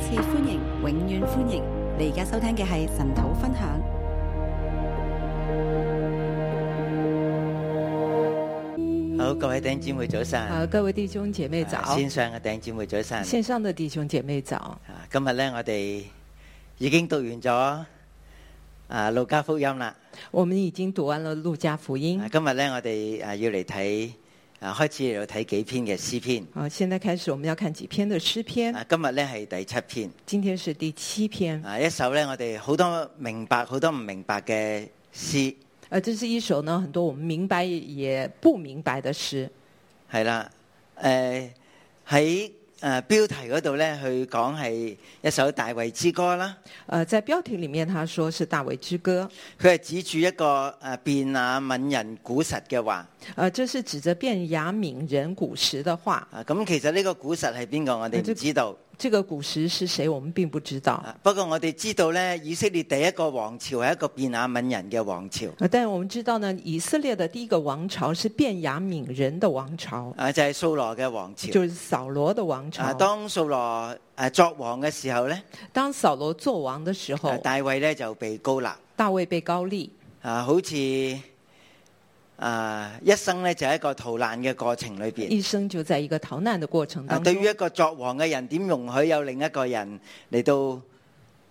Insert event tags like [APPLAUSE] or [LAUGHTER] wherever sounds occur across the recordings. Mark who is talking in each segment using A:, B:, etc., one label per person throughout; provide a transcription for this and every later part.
A: 次歡迎，永遠歡迎！你而家收聽嘅係神土分享。
B: 好，各位弟兄姊妹早晨，
C: 啊，各位弟兄姐妹早，
B: 線嗯呃上嘅弟兄姊妹早晨。
C: 线上的弟兄姐妹早。
B: 啊，今日咧我哋已經讀完咗啊路加福音啦。
C: 我们已经读完了《路加福音
B: 啊》今日咧我哋啊要嚟睇啊開始嚟到睇幾篇嘅詩篇。
C: 啊，现在开始我们要看几篇的诗篇，
B: 啊，今日咧係第七篇。
C: 今天是第七篇。
B: 啊，一首咧我哋好多明白好多唔明白嘅詩，
C: 呃，这是一首呢很多我们明白也不明白的诗。
B: 係啦，诶喺诶标题嗰度咧去講係一首大衛之歌啦。
C: 呃，在标题里面他说是大卫之歌，
B: 佢係指住一個诶便雅悯人古實嘅話。
C: 呃，这是指着便雅悯人古时的话。
B: 啊，咁其實呢個古啊實係邊個，我哋唔知道。
C: 这个古时是谁，我们并不知道。
B: 啊，不過我哋知道咧，以色列第一個王朝係一個便雅悯人嘅王朝。
C: 呃，但我们知道呢，以色列的第一个王朝是便雅悯人的王朝，
B: 啊，就係掃羅嘅王朝。
C: 就是扫罗的王朝。
B: 啊，當掃羅诶作王嘅時候咧，
C: 当扫罗做王的时候
B: 啊，大衛咧就被高立。
C: 大卫被高利，
B: 啊，好似啊一生咧就喺一個逃難嘅過程裏边。
C: 一生就在一个逃难的过程
B: 啊，
C: 当
B: 对于
C: 中。
B: 一個作王嘅人，點容許有另一個人嚟到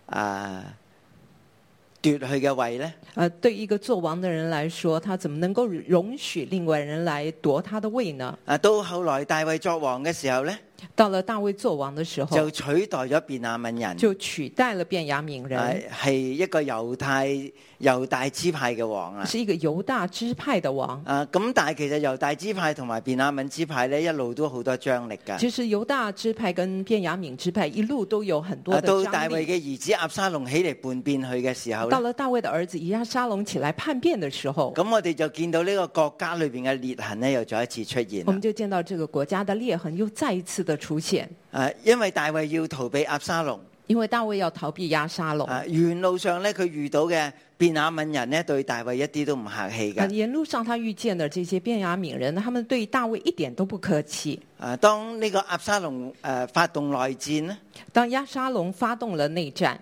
B: 啊奪佢嘅位咧？
C: 呃，对一个做王的人来说，他怎么能够容许另外人来夺他的位呢？
B: 啊，到後來大衛作王嘅時候咧。
C: 到了大卫做王的时候
B: 就，取代咗便雅悯人，
C: 就取代了便雅悯人，
B: 係係一個猶太猶大支派嘅王啊。
C: 是一个犹大支派的王。
B: 啊，咁但係其實猶大支派同埋便雅悯支派咧，一路都好多張力㗎。
C: 其实犹大支派跟便雅悯支派一路都有很多
B: 啊，
C: 的
B: 到大
C: 张
B: 衛
C: 力。
B: 嘅兒子押沙龍起嚟叛變佢嘅時候
C: 到
B: 咧，
C: 了大卫的儿子以亚沙龙起来叛变的时候，
B: 咁我哋就見到呢個國家裏边嘅裂痕咧，又再一次出現
C: 我
B: 啦
C: 们。就见到这个国家的裂痕又再一次的出现。
B: 啊，因為大衛要逃避押沙龍，
C: 因为大卫要逃避押沙龙，
B: 啊，沿路上咧佢遇到嘅便雅悯人咧，對大衛一啲都唔客氣
C: 啊
B: 㗎。
C: 沿路上他遇见的这些便雅悯人，他们对大卫一点都不客气。
B: 啊，當呢個押沙龍诶发动内战咧。
C: 当押沙龙发动了内战，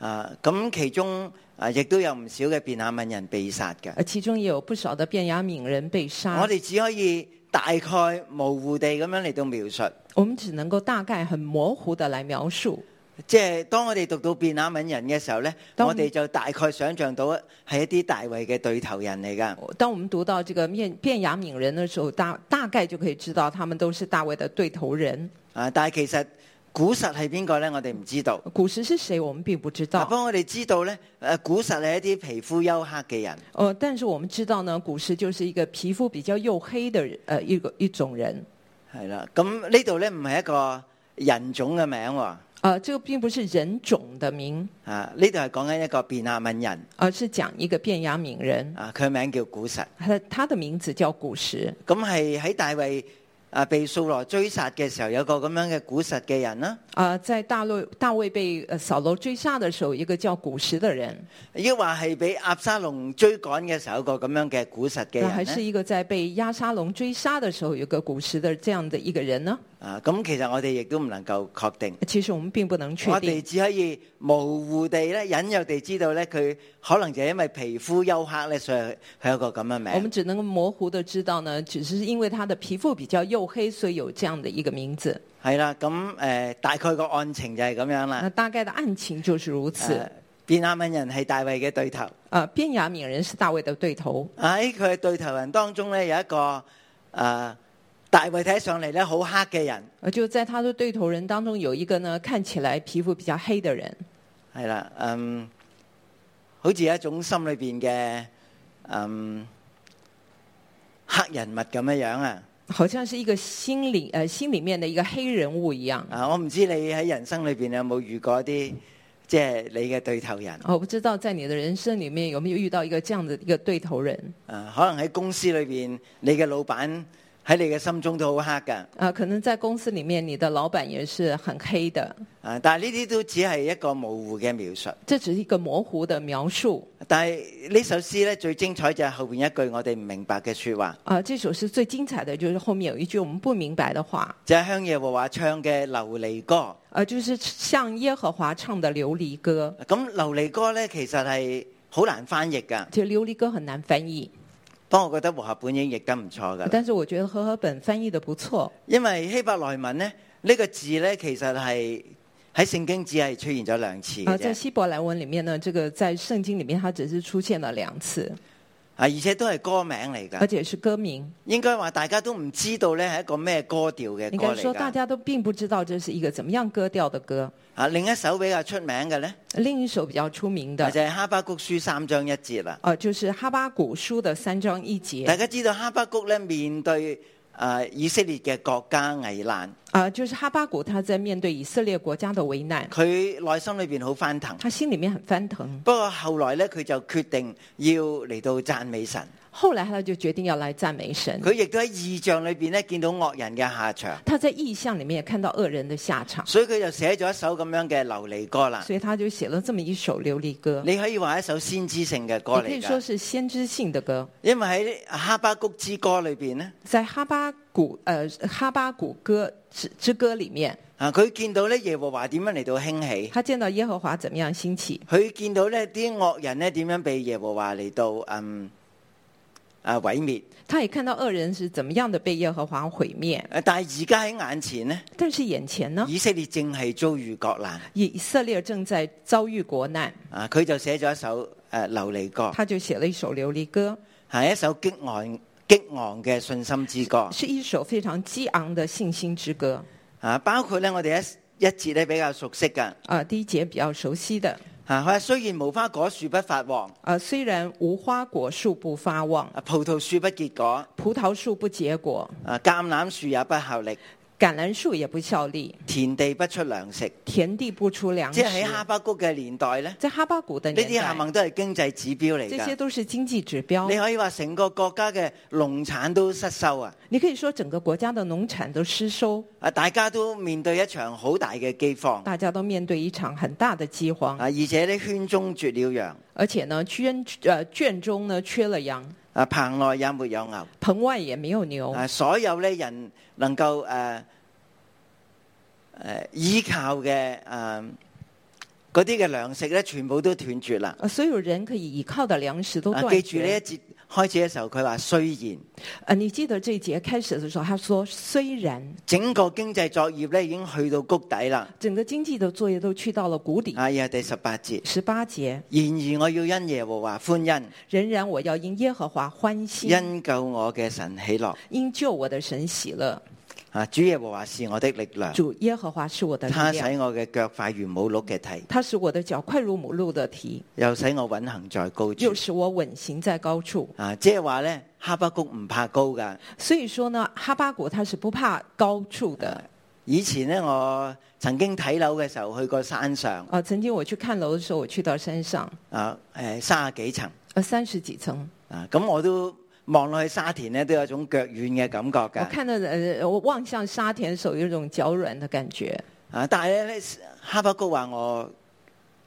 B: 啊，咁其中啊，亦都有唔少嘅便雅悯人被殺嘅。
C: 呃，其中也有不少的便雅悯人被杀。
B: 我哋只可以大概模糊地咁樣嚟到描述，
C: 我们只能够大概很模糊的来描述。
B: 即係當我哋讀到便雅悯人嘅時候呢，
C: 當
B: 我哋就大概想像到係一啲大衛嘅對頭人嚟㗎。
C: 当我们读到这个便便雅悯人的时候，大大概就可以知道他们都是大卫的对头人。
B: 啊，但係其實古實係邊個呢？我哋唔知道。
C: 古时是谁，我们并不知
B: 啊不
C: 道。
B: 過我哋知道呢，誒古實係一啲皮膚黝黑嘅人，
C: 呃，但是我们知道呢，古时就是一个皮膚比较黝黑的人呃一个一种人。
B: 係啦。咁呢度呢，唔係一個人種嘅名喎，
C: 呃，这个并不是人种的名，
B: 啊呢度係講緊一個便雅悯人，
C: 而是讲一个便雅悯人，
B: 啊佢名叫古實。
C: 他的他的名字叫古时。
B: 咁係喺大衛啊被掃羅追殺嘅時候，有個咁樣嘅古實嘅人啦，
C: 啊、在大卫大卫被呃扫罗追杀的时候，一个叫古时的人，
B: 抑或係俾押沙龍追趕嘅時候，有個咁樣嘅古實嘅
C: 那还
B: 人
C: 是
B: 咧。
C: 一个在被押沙龙追杀的时候，有一个古时的这样的一个人呢？
B: 啊，咁其實我哋亦都唔能夠確定，
C: 其实我们并不能确
B: 我哋
C: 定，
B: 只可以模糊地咧、隱約地知道咧，佢可能就係因為皮膚黝黑咧，所以佢有個咁嘅名
C: 我们。只能够模糊的知道呢，只是因为他的皮肤比较黝黑，所以有这样的一个名字。
B: 係啦，咁誒、呃大概個案情就係咁樣
C: 那
B: 啦。
C: 大概的案情就是如此。
B: 呃便雅憫人係大衛嘅對頭。
C: 呃，便雅悯人是大卫的对头，
B: 喺佢嘅對頭人當中咧，有一個誒、呃大衛睇上嚟咧好黑嘅人，
C: 呃，就在他的对头人当中有一个呢，看起来皮肤比较黑的人，
B: 係啦，嗯，好似有一種心裏邊嘅嗯黑人物咁樣樣啊！
C: 好像是一个心里呃心里面的一个黑人物一样。
B: 啊，我唔知你喺人生裏邊有冇遇過一啲即係你嘅對頭人
C: 哦，我不知道在你的人生里面有没有遇到一个这样的一个对头人？
B: 啊？可能喺公司裏邊，你嘅老闆喺你嘅心中都好黑噶。
C: 啊，可能在公司里面，你的老板也是很黑的，
B: 啊，但係呢啲都只係一個模糊嘅描述。
C: 这只是一个模糊的描述。
B: 但係呢首詩咧最精彩就係後邊一句我哋唔明白嘅说話，
C: 啊，这首诗最精彩的就是后面有一句我们不明白的话，
B: 就係向耶和華唱嘅流離歌。
C: 呃，就是像耶和华唱的《琉璃歌
B: 咁流離歌咧其實係好難翻譯噶》，，
C: 其实《琉璃歌》很难翻译，
B: 不過我覺得和合本已經譯得唔錯噶啦。
C: 但是我觉得和合本翻译的不错。
B: 因為希伯來文咧呢、呢個字咧其實係喺聖經只係出現咗兩次
C: 啊，
B: 嘅
C: 在
B: 啫，
C: 希伯来文里面呢，这个在圣经里面它只是出现了两次，
B: 啊而且都係歌名嚟
C: 而
B: 㗎。
C: 且是歌名。
B: 應該話大家都唔知道咧係一個咩歌調嘅
C: 应
B: 歌
C: 该
B: 嚟
C: 说大
B: 㗎。
C: 家都并不知道这是一个怎么样歌调的歌。
B: 啊，另一首比較出名嘅咧
C: 另一首比较出名
B: 就
C: 的，
B: 係哈巴谷書三章一節啦。
C: 呃，就是哈巴谷书的三章一节，
B: 大家知道哈巴谷咧面對啊以色列嘅國家危難，
C: 啊、就是哈巴谷他在面對以色列國家的危難，
B: 佢內心裏邊好翻騰。
C: 他心里面很翻腾。
B: 不過後來咧，佢就決定要嚟到讚美神。
C: 後來他就決定要來赞美神。
B: 佢亦都喺異象裏邊咧見到惡人嘅下場，
C: 他在意象里面也看到惡人的下場，
B: 所以佢就寫咗一首咁樣嘅流離歌啦。
C: 所以他就寫了這麼一首《琉璃歌》，
B: 你可以話一首先知性嘅歌
C: 也可以
B: 嚟
C: 說
B: 㗎，
C: 是先知性的歌。
B: 因為喺哈巴谷之歌裏邊咧，
C: 在哈巴谷呃哈巴谷歌之之歌里面，
B: 啊佢見到咧耶和華點樣嚟到興起，
C: 他見到耶和華怎麼樣興起，
B: 佢見到咧啲惡人咧點樣被耶和華嚟到嗯啊毀滅。
C: 他也看到惡人是怎麼樣的被耶和華毀滅。
B: 誒但係而家喺眼前呢，
C: 但是眼前呢，
B: 以色列正係遭遇國難
C: 以色列正在遭遇國難，
B: 啊！佢就寫咗一首誒流離歌，
C: 他就寫了一首《琉璃歌》。
B: 係一首激昂激昂嘅信心之歌
C: 是一首非常激昂的信心之歌。
B: 啊！包括咧，我哋一一節咧比較熟悉嘅
C: 啊、第一节比较熟悉的，
B: 啊，佢話雖然無花果樹不發旺，
C: 啊，虽然无花果树不发旺，
B: 啊葡萄樹不結果，
C: 葡萄树不结果，
B: 啊橄欖樹也不效力，
C: 橄榄树也不效力，
B: 田地不出糧食，
C: 田地不出粮
B: 即
C: 食。
B: 係喺哈巴谷嘅年代咧，呢
C: 在哈巴谷的
B: 啲
C: 啊年
B: 下
C: 代，
B: 盟都係經濟指標嚟
C: 这些
B: 㗎。
C: 都是经济指标
B: 你。可以話成個國家嘅農產都失收啊！
C: 你可以说整个国家的农产都失收，
B: 啊，大家都面對一場好大嘅饑荒。
C: 大家都面对一场很大的饥荒
B: 啊，，而且咧圈中絕了羊，
C: 而且呢，圈呃圈中呢缺了羊，
B: 啊棚內也沒有牛，
C: 棚外也没有牛，
B: 啊所有咧人能夠诶诶依靠嘅诶嗰啲嘅糧食咧，全部都斷絕啦。
C: 呃所有人可以依靠的粮食都
B: 啊，
C: 断
B: 记住
C: 绝。
B: 呢一節開始嘅時候，佢話雖然
C: 呃，你记得这一节开始的时候，他说虽然
B: 整個經濟作業咧已經去到谷底啦，
C: 整个经济的作业都去到了谷底，
B: 啊，又係第十八節。
C: 十八节，
B: 然而我要因耶和華歡欣，
C: 仍然我要因耶和华欢喜，
B: 因救我嘅神喜樂。
C: 因救我的神喜乐。
B: 啊，主耶和華是我的力量，
C: 主耶和华是我的力
B: 啊他使
C: 量，
B: 我嘅腳快如母鹿嘅蹄，
C: 他使我的脚快如母鹿的蹄，
B: 又使我穩行在高處
C: 又。使我稳行在高处。
B: 啊，即係話咧，哈巴谷唔怕高噶。
C: 所以说呢，哈巴谷他是不怕高处
B: 哎
C: 的。
B: 啊以前咧，我曾經睇樓嘅時候去過山上，
C: 呃，曾經我去看樓的時候，我去到山上，
B: 啊，诶，三十幾層，
C: 呃，三十几层，
B: 啊，咁我都望落去沙田咧，都有一種腳軟嘅感覺
C: 我
B: 㗎。
C: 看到呃，我望向沙田的时候，有一种脚软的感覺。
B: 啊，但係咧，哈巴谷話我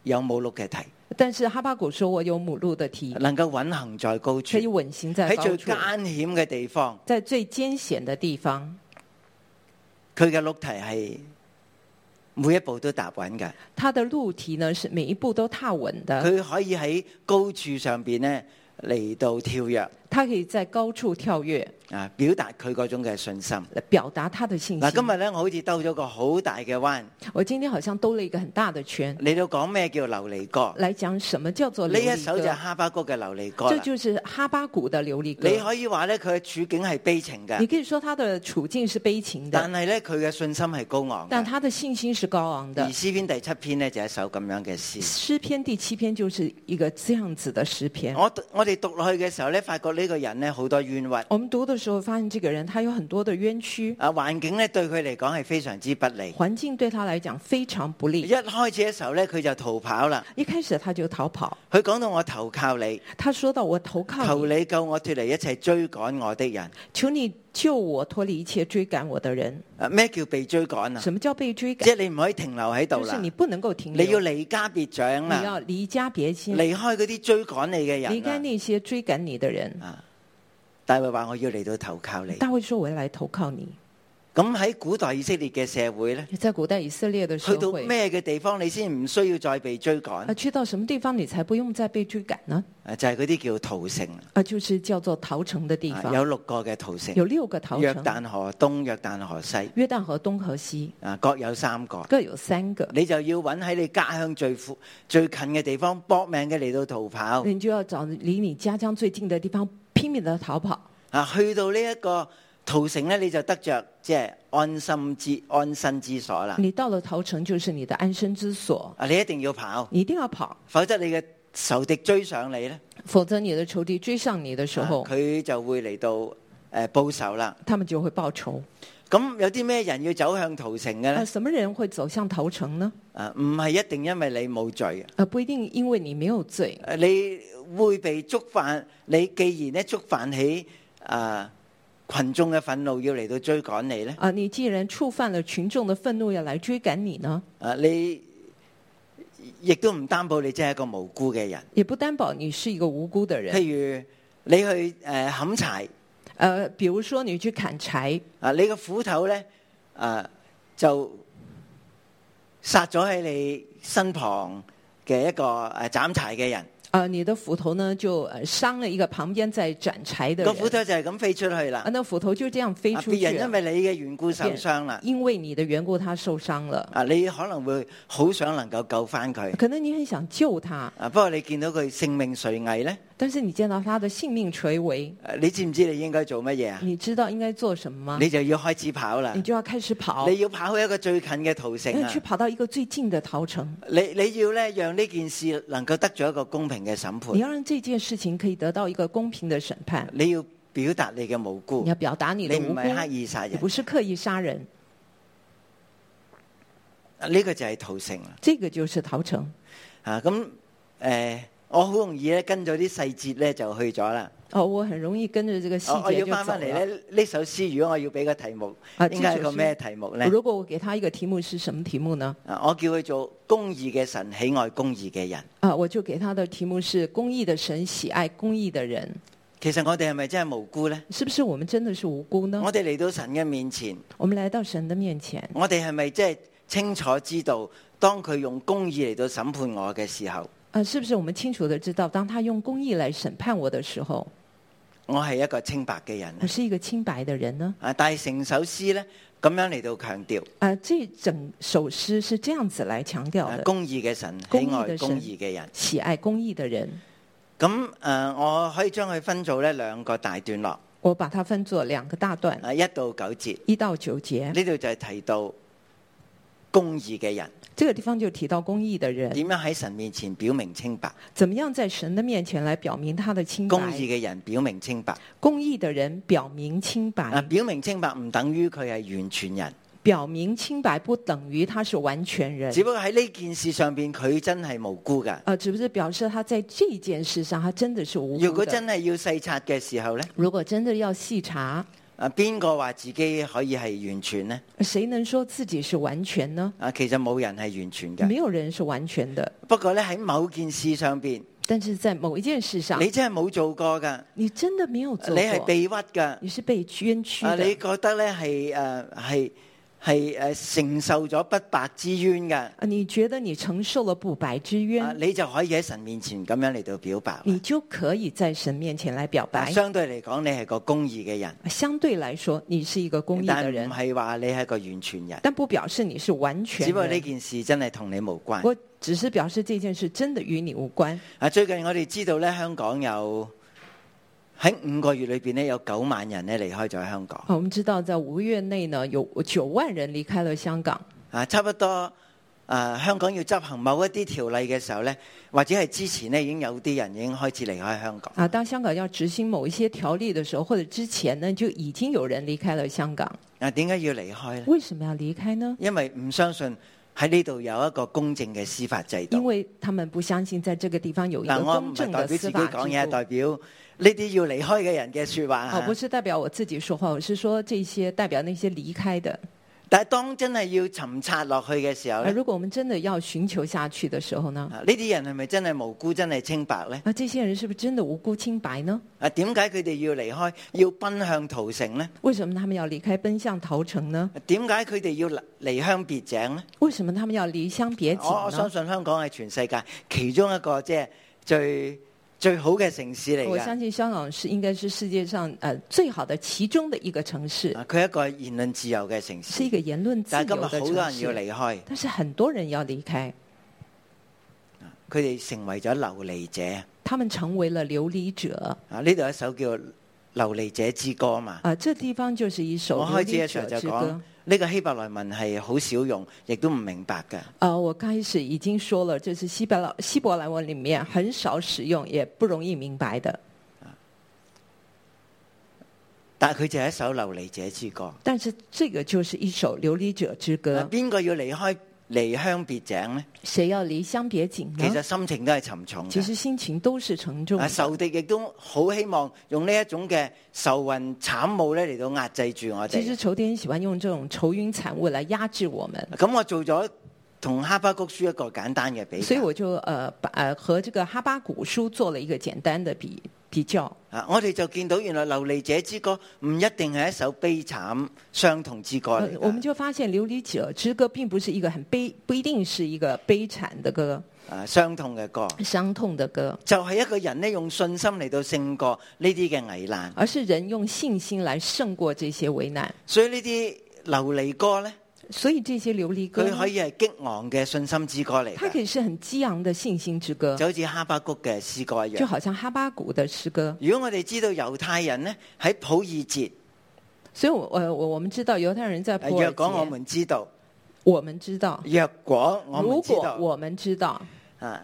B: 有母鹿嘅蹄，
C: 但是哈巴谷说我有母鹿的蹄，
B: 能夠穩行在高處
C: 可，以稳行在
B: 喺
C: 高
B: 最
C: 处，
B: 艱險嘅地方，
C: 在最艰险的地方，
B: 佢嘅鹿蹄係每一步都踏穩㗎。
C: 他的鹿蹄呢是每一步都踏稳的，
B: 佢可以喺高處上边咧嚟到跳躍，
C: 他可以在高处跳跃，
B: 啊，表達佢嗰種嘅信心。
C: 来表达他的信
B: 嗱，今
C: 心。
B: 日咧，我好似兜咗個好大嘅彎，
C: 我今天好像兜了一个很大的圈，
B: 你到講咩叫琉璃歌？
C: 来讲什么叫做
B: 呢
C: 琉
B: 一
C: 璃
B: 首就係
C: 歌，
B: 哈巴谷嘅琉璃歌
C: 这
B: 啦。
C: 就是哈巴谷的琉璃
B: 你
C: 歌。
B: 可以話咧，佢嘅處境係悲情
C: 你
B: 嘅，
C: 可以说他的处境是悲情
B: 但
C: 的，
B: 係咧佢嘅信心係高昂
C: 但
B: 嘅。
C: 他的信心是高昂
B: 而
C: 的。
B: 詩篇第七篇咧就係一首咁樣嘅詩。
C: 诗篇第七篇就是一个这样子的诗篇。
B: 我讀我哋讀落去嘅時候咧，發覺呢個人咧好多冤屈，
C: 我们读的时候发现，这个人他有很多的冤屈，
B: 啊環境咧對佢嚟講係非常之不利。
C: 环境对他来讲非常不利
B: 一。開始嘅時候咧，佢就逃跑啦。
C: 一开始他就逃跑，
B: 佢講到我投靠你，
C: 他说到：“我投靠
B: 求
C: 你，
B: 你救我脱離一切追趕我的人。
C: 求你救我脱离一切追赶我的人。
B: 啊咩叫被追趕啊？
C: 什么叫被追
B: 即
C: 赶？
B: 係你唔可以停留喺度
C: 就是
B: 啦
C: 你，不能够停留，
B: 你要離家別長
C: 你
B: 啦
C: 要，离家别心，
B: 離開嗰啲追趕你嘅
C: 离开
B: 人啦。啊
C: 那些追赶你的人。
B: 大衛話：我要嚟到投靠你。
C: 大卫说：“我要来投靠你。
B: 咁喺古代以色列嘅社會呢，”
C: 在古代以色列的社
B: 去到
C: 会，
B: 咩嘅地方你先唔需要再被追趕？
C: 啊，去到什么地方你才不用再被追赶呢？
B: 啊就係嗰啲叫逃城，
C: 啊，就是叫做逃城的地
B: 啊
C: 方，
B: 有六個嘅逃城，
C: 有六个逃
B: 約
C: 城，
B: 旦河東、約旦河西，
C: 约旦河东和西
B: 啊各有三個。
C: 各有三个，
B: 你就要揾喺你家鄉最附最近嘅地方搏命嘅嚟到逃跑
C: 那你就要找离你家乡最近的地方，拼命的逃跑。
B: 啊！去到呢一個屠城咧，你就得着即係安心之安身之所啦。
C: 你到了逃城，就是你的安身之所，
B: 啊，你一定要跑，
C: 你一定要跑，
B: 否則你嘅仇敵追上你咧，
C: 否则你的仇敌追上你的时
B: 啊
C: 候，
B: 佢、就會嚟到诶、呃、报仇啦。
C: 他们就会报仇。
B: 咁有啲咩人要走向屠城嘅
C: 啊，
B: 咧？
C: 什么人會走向逃城呢？
B: 啊，唔係一定因為你冇罪，
C: 啊，不一定，因为你没有罪，
B: 啊你會被觸犯。你既然咧觸犯起啊群眾嘅憤怒，要嚟到追趕你咧。
C: 啊，你既然触犯了群众的愤怒，要来追赶你呢，
B: 啊，你亦都唔擔保你真係一個無辜嘅人。
C: 也不担保你是一个无辜的人。
B: 譬如你去誒砍柴，
C: 呃，比如说你去砍柴，
B: 啊，你個斧頭咧，啊就殺咗喺你身旁嘅一個誒斬柴嘅人，
C: 呃，你的斧头呢就呃伤了一个旁边在斩柴的
B: 個斧
C: 人，
B: 頭就係咁飛出去啦
C: 啊，。那斧头就這樣飛
B: 啊
C: 出去
B: 別人因
C: 了，
B: 為你嘅緣故受傷啦，
C: 因为你的緣故，他受伤了，
B: 啊，你可能會好想能夠救翻佢。
C: 可能你很想救他，
B: 啊！不過你見到佢性命垂危咧，
C: 但是你見到他的性命垂危，
B: 啊你知唔知你應該做乜嘢啊？
C: 你知道應該做什么嗎？
B: 你就要開始跑啦
C: 嗯你。就要開始跑，
B: 你要跑去一個最近嘅逃城
C: 要
B: 啊
C: 去！跑到一个最近的逃城。
B: 你你要咧，讓呢件事能夠得咗一個公平嘅審
C: 你
B: 判。
C: 要让这件事情可以得到一个公平的审判，
B: 你要表達你嘅無辜
C: 你要，表达你
B: 你
C: 的
B: 唔
C: 无辜，
B: 係刻意殺
C: 你
B: 人
C: 不。是刻意杀人，
B: 啊呢個就係逃城啦。
C: 这个就是逃城。
B: 啊，咁诶，我好容易咧跟咗啲細節咧就去咗啦。
C: 哦，我很容易跟着这个细
B: 我我
C: 节
B: 要
C: 就
B: 翻
C: 走
B: 翻嚟
C: 了。
B: 咧，呢首詩如果我要俾個題目，
C: 啊
B: 應該係
C: 這首
B: 個
C: 詩
B: 咩題目咧？
C: 如果我给他一个题目是什么题目呢？
B: 啊，我叫佢做公義嘅神喜愛公義嘅人。
C: 啊，我就给他的题目是“公益的神喜爱公益的人
B: 其實我哋係咪真係無辜咧？”。
C: 是不是我们真的是无辜呢？
B: 我哋嚟到神嘅面前，
C: 我们来到神的面前，
B: 我哋係咪即係清楚知道，當佢用公義嚟到審判我嘅時候？
C: 啊，是不是我们清楚的知道，当他用公益来审判我的时候，
B: 我係一個清白嘅人
C: 我是一个清白的人呢？
B: 啊！但係成首詩咧咁樣嚟到強調
C: 啊，这整首诗是这样子来强调
B: 啊
C: 的。
B: 公義嘅神喜
C: 嗯公義
B: 愛
C: 嘅神
B: 公義嘅人。
C: 喜爱公益的人，
B: 咁诶、呃我可以將佢分做咧兩個大段落，
C: 我把它分作两个大段，
B: 啊一到九節
C: 一到九节。
B: 呢度就係提到公義嘅人
C: 这个地方就提到公益的人，
B: 點樣喺神面前表明清白，
C: 怎么样在神的面前来表明他的清
B: 公
C: 白
B: 義。嘅人表明清白
C: 公益的人表明清
B: 啊！
C: 白，
B: 表明清白唔等於佢係完全人，
C: 表明清白不等于他是完全人，
B: 只不過喺呢件事上边佢真係無辜噶。
C: 呃，只不是表示他在这件事上他真的是无
B: 如
C: 辜
B: 果
C: 的
B: 真。係要細察嘅時候咧，
C: 如果真的要细查，
B: 啊边个話自己可以係完全呢？
C: 谁能说自己是完全呢？
B: 啊，其實冇人係完全嘅。
C: 没有人是完全的，
B: 不過咧喺某件事上边，
C: 但是在某一件事上，
B: 你真係冇做過噶，
C: 你真的没有
B: 你
C: 做
B: 係
C: 过，
B: 被屈噶。
C: 你是被冤屈
B: 啊，
C: 的。
B: 你覺得咧係诶系系诶承受咗不白之冤嘅，
C: 啊，你觉得你承受了不白之冤，
B: 啊你就可以喺神面前咁樣嚟到表白啦。
C: 你就可以在神面前来表
B: 但
C: 白。
B: 相對嚟講，你係個公義嘅人，
C: 相对来说，你是一个公益
B: 但
C: 的
B: 唔
C: 人，
B: 係話你係個完全人。
C: 但不表示你是完全
B: 只不過呢
C: 人。
B: 件事真係同你無關。
C: 我只是表示这件事真的与你无关。
B: 啊，最近我哋知道咧，香港有喺五個月裏边咧，有九萬人咧離開咗香港。
C: 好，啊我们知道在五月内呢，有九万人离开了香港。
B: 啊，差不多啊，香港要執行某一啲條例嘅時候呢，或者係之前呢，已經有啲人已經開始離開香港。
C: 啊，当香港要执行某一些条例的时候，或者之前呢，就已经有人离开了香港。
B: 啊，點解要離開呢？
C: 为什么要离开呢？
B: 因為唔相信喺呢度有一個公正嘅司法制
C: 因
B: 度。
C: 為他們不相信在這個地方有一
B: 嗱，
C: 個
B: 我唔
C: 公
B: 係
C: 正
B: 代表
C: 的
B: 自己
C: 司法
B: 講嘢，
C: 制度。
B: 代表呢啲要離開嘅人嘅说話
C: 哦，
B: 吓
C: 不是代表我自己說話，我是說這些代表那些離開的。
B: 但係當真係要尋查落去嘅時候
C: 而
B: 咧，
C: 如果我們真的要尋求下去的時候呢？
B: 啊呢啲人係咪真係無辜、真係清白咧？
C: 啊，這些人是不是真的無辜清白呢？
B: 啊，點解佢哋要離開，要奔向屠城咧？
C: 為什麼他們要離開奔向逃城呢？
B: 點解佢哋要離離鄉別井咧？
C: 為什麼他們要離鄉別
B: 我我
C: 井
B: 相
C: 呢？
B: 信香港係全世界其中一個即係最最好嘅城市嚟
C: 我相
B: 㗎。
C: 信香港是應該是世界上呃最好的其中的一個城市，
B: 啊佢係一個言論自由嘅城
C: 是
B: 市
C: 一，個言論自
B: 但係
C: 由
B: 今日
C: 的
B: 好多
C: 城
B: 人要
C: 市。
B: 離開，
C: 但是很多人要離開，
B: 佢哋成為咗流離者。
C: 他們成為了流離者。
B: 啊，呢度有一首叫《流離者之歌》嘛。
C: 啊，這地方就是一首
B: 我
C: 流
B: 開始嘅
C: 離
B: 時候
C: 者
B: 就
C: 之
B: 講
C: 歌。
B: 呢個希伯來文係好少用，亦都唔明白嘅。
C: 呃，我開始已經說了，這是希伯來希伯來文裏面很少使用，也不容易明白的。
B: 但係佢就係一首流離者之歌。
C: 但是這個就是一首流離者之
B: 啊
C: 歌。
B: 邊個要離開離鄉別井呢？
C: 誰要離鄉別井
B: 其實
C: 呢？
B: 心情都係沉重嘅。
C: 啊其實心情都是沉重
B: 啊，
C: 的。
B: 仇敵亦都好希望用呢一種嘅仇恨慘霧咧嚟到壓制住我
C: 其實
B: 哋。
C: 仇敵很喜歡用這種愁雲慘霧來壓制我們，
B: 咁我做咗同哈巴谷書一個簡單嘅比
C: 所以
B: 較。
C: 我就呃把呃和這個哈巴谷書做了一個簡單的比比較。
B: 啊，我哋就見到原來流離者之歌唔一定係一首悲慘傷痛之歌
C: 呃
B: 嚟，
C: 我們
B: 㗎。
C: 就發現《流離者之歌》並不是一個很悲，不一定是一個悲慘的歌，
B: 啊，傷痛嘅歌
C: 傷痛的歌，
B: 就係、一個人咧用信心嚟到勝過呢啲嘅危難。
C: 而是人用信心來勝過這些危難。
B: 所以呢啲流離歌咧，
C: 所以這些流離歌
B: 佢
C: 呢，
B: 可以係激昂嘅信心之歌嚟
C: 它可
B: 㗎，
C: 以是很激昂的信心之歌，
B: 就好似哈巴谷嘅詩歌一樣
C: 就。好像哈巴谷的詩歌。
B: 如果我哋知道猶太人呢喺普爾節，
C: 所以我，我我我們知道猶太人在
B: 呃
C: 普
B: 若
C: 尔
B: 果我
C: 節，
B: 們知道，
C: 我們知道，
B: 若果我
C: 如
B: 們知
C: 果
B: 道，
C: 我們知道，
B: 啊，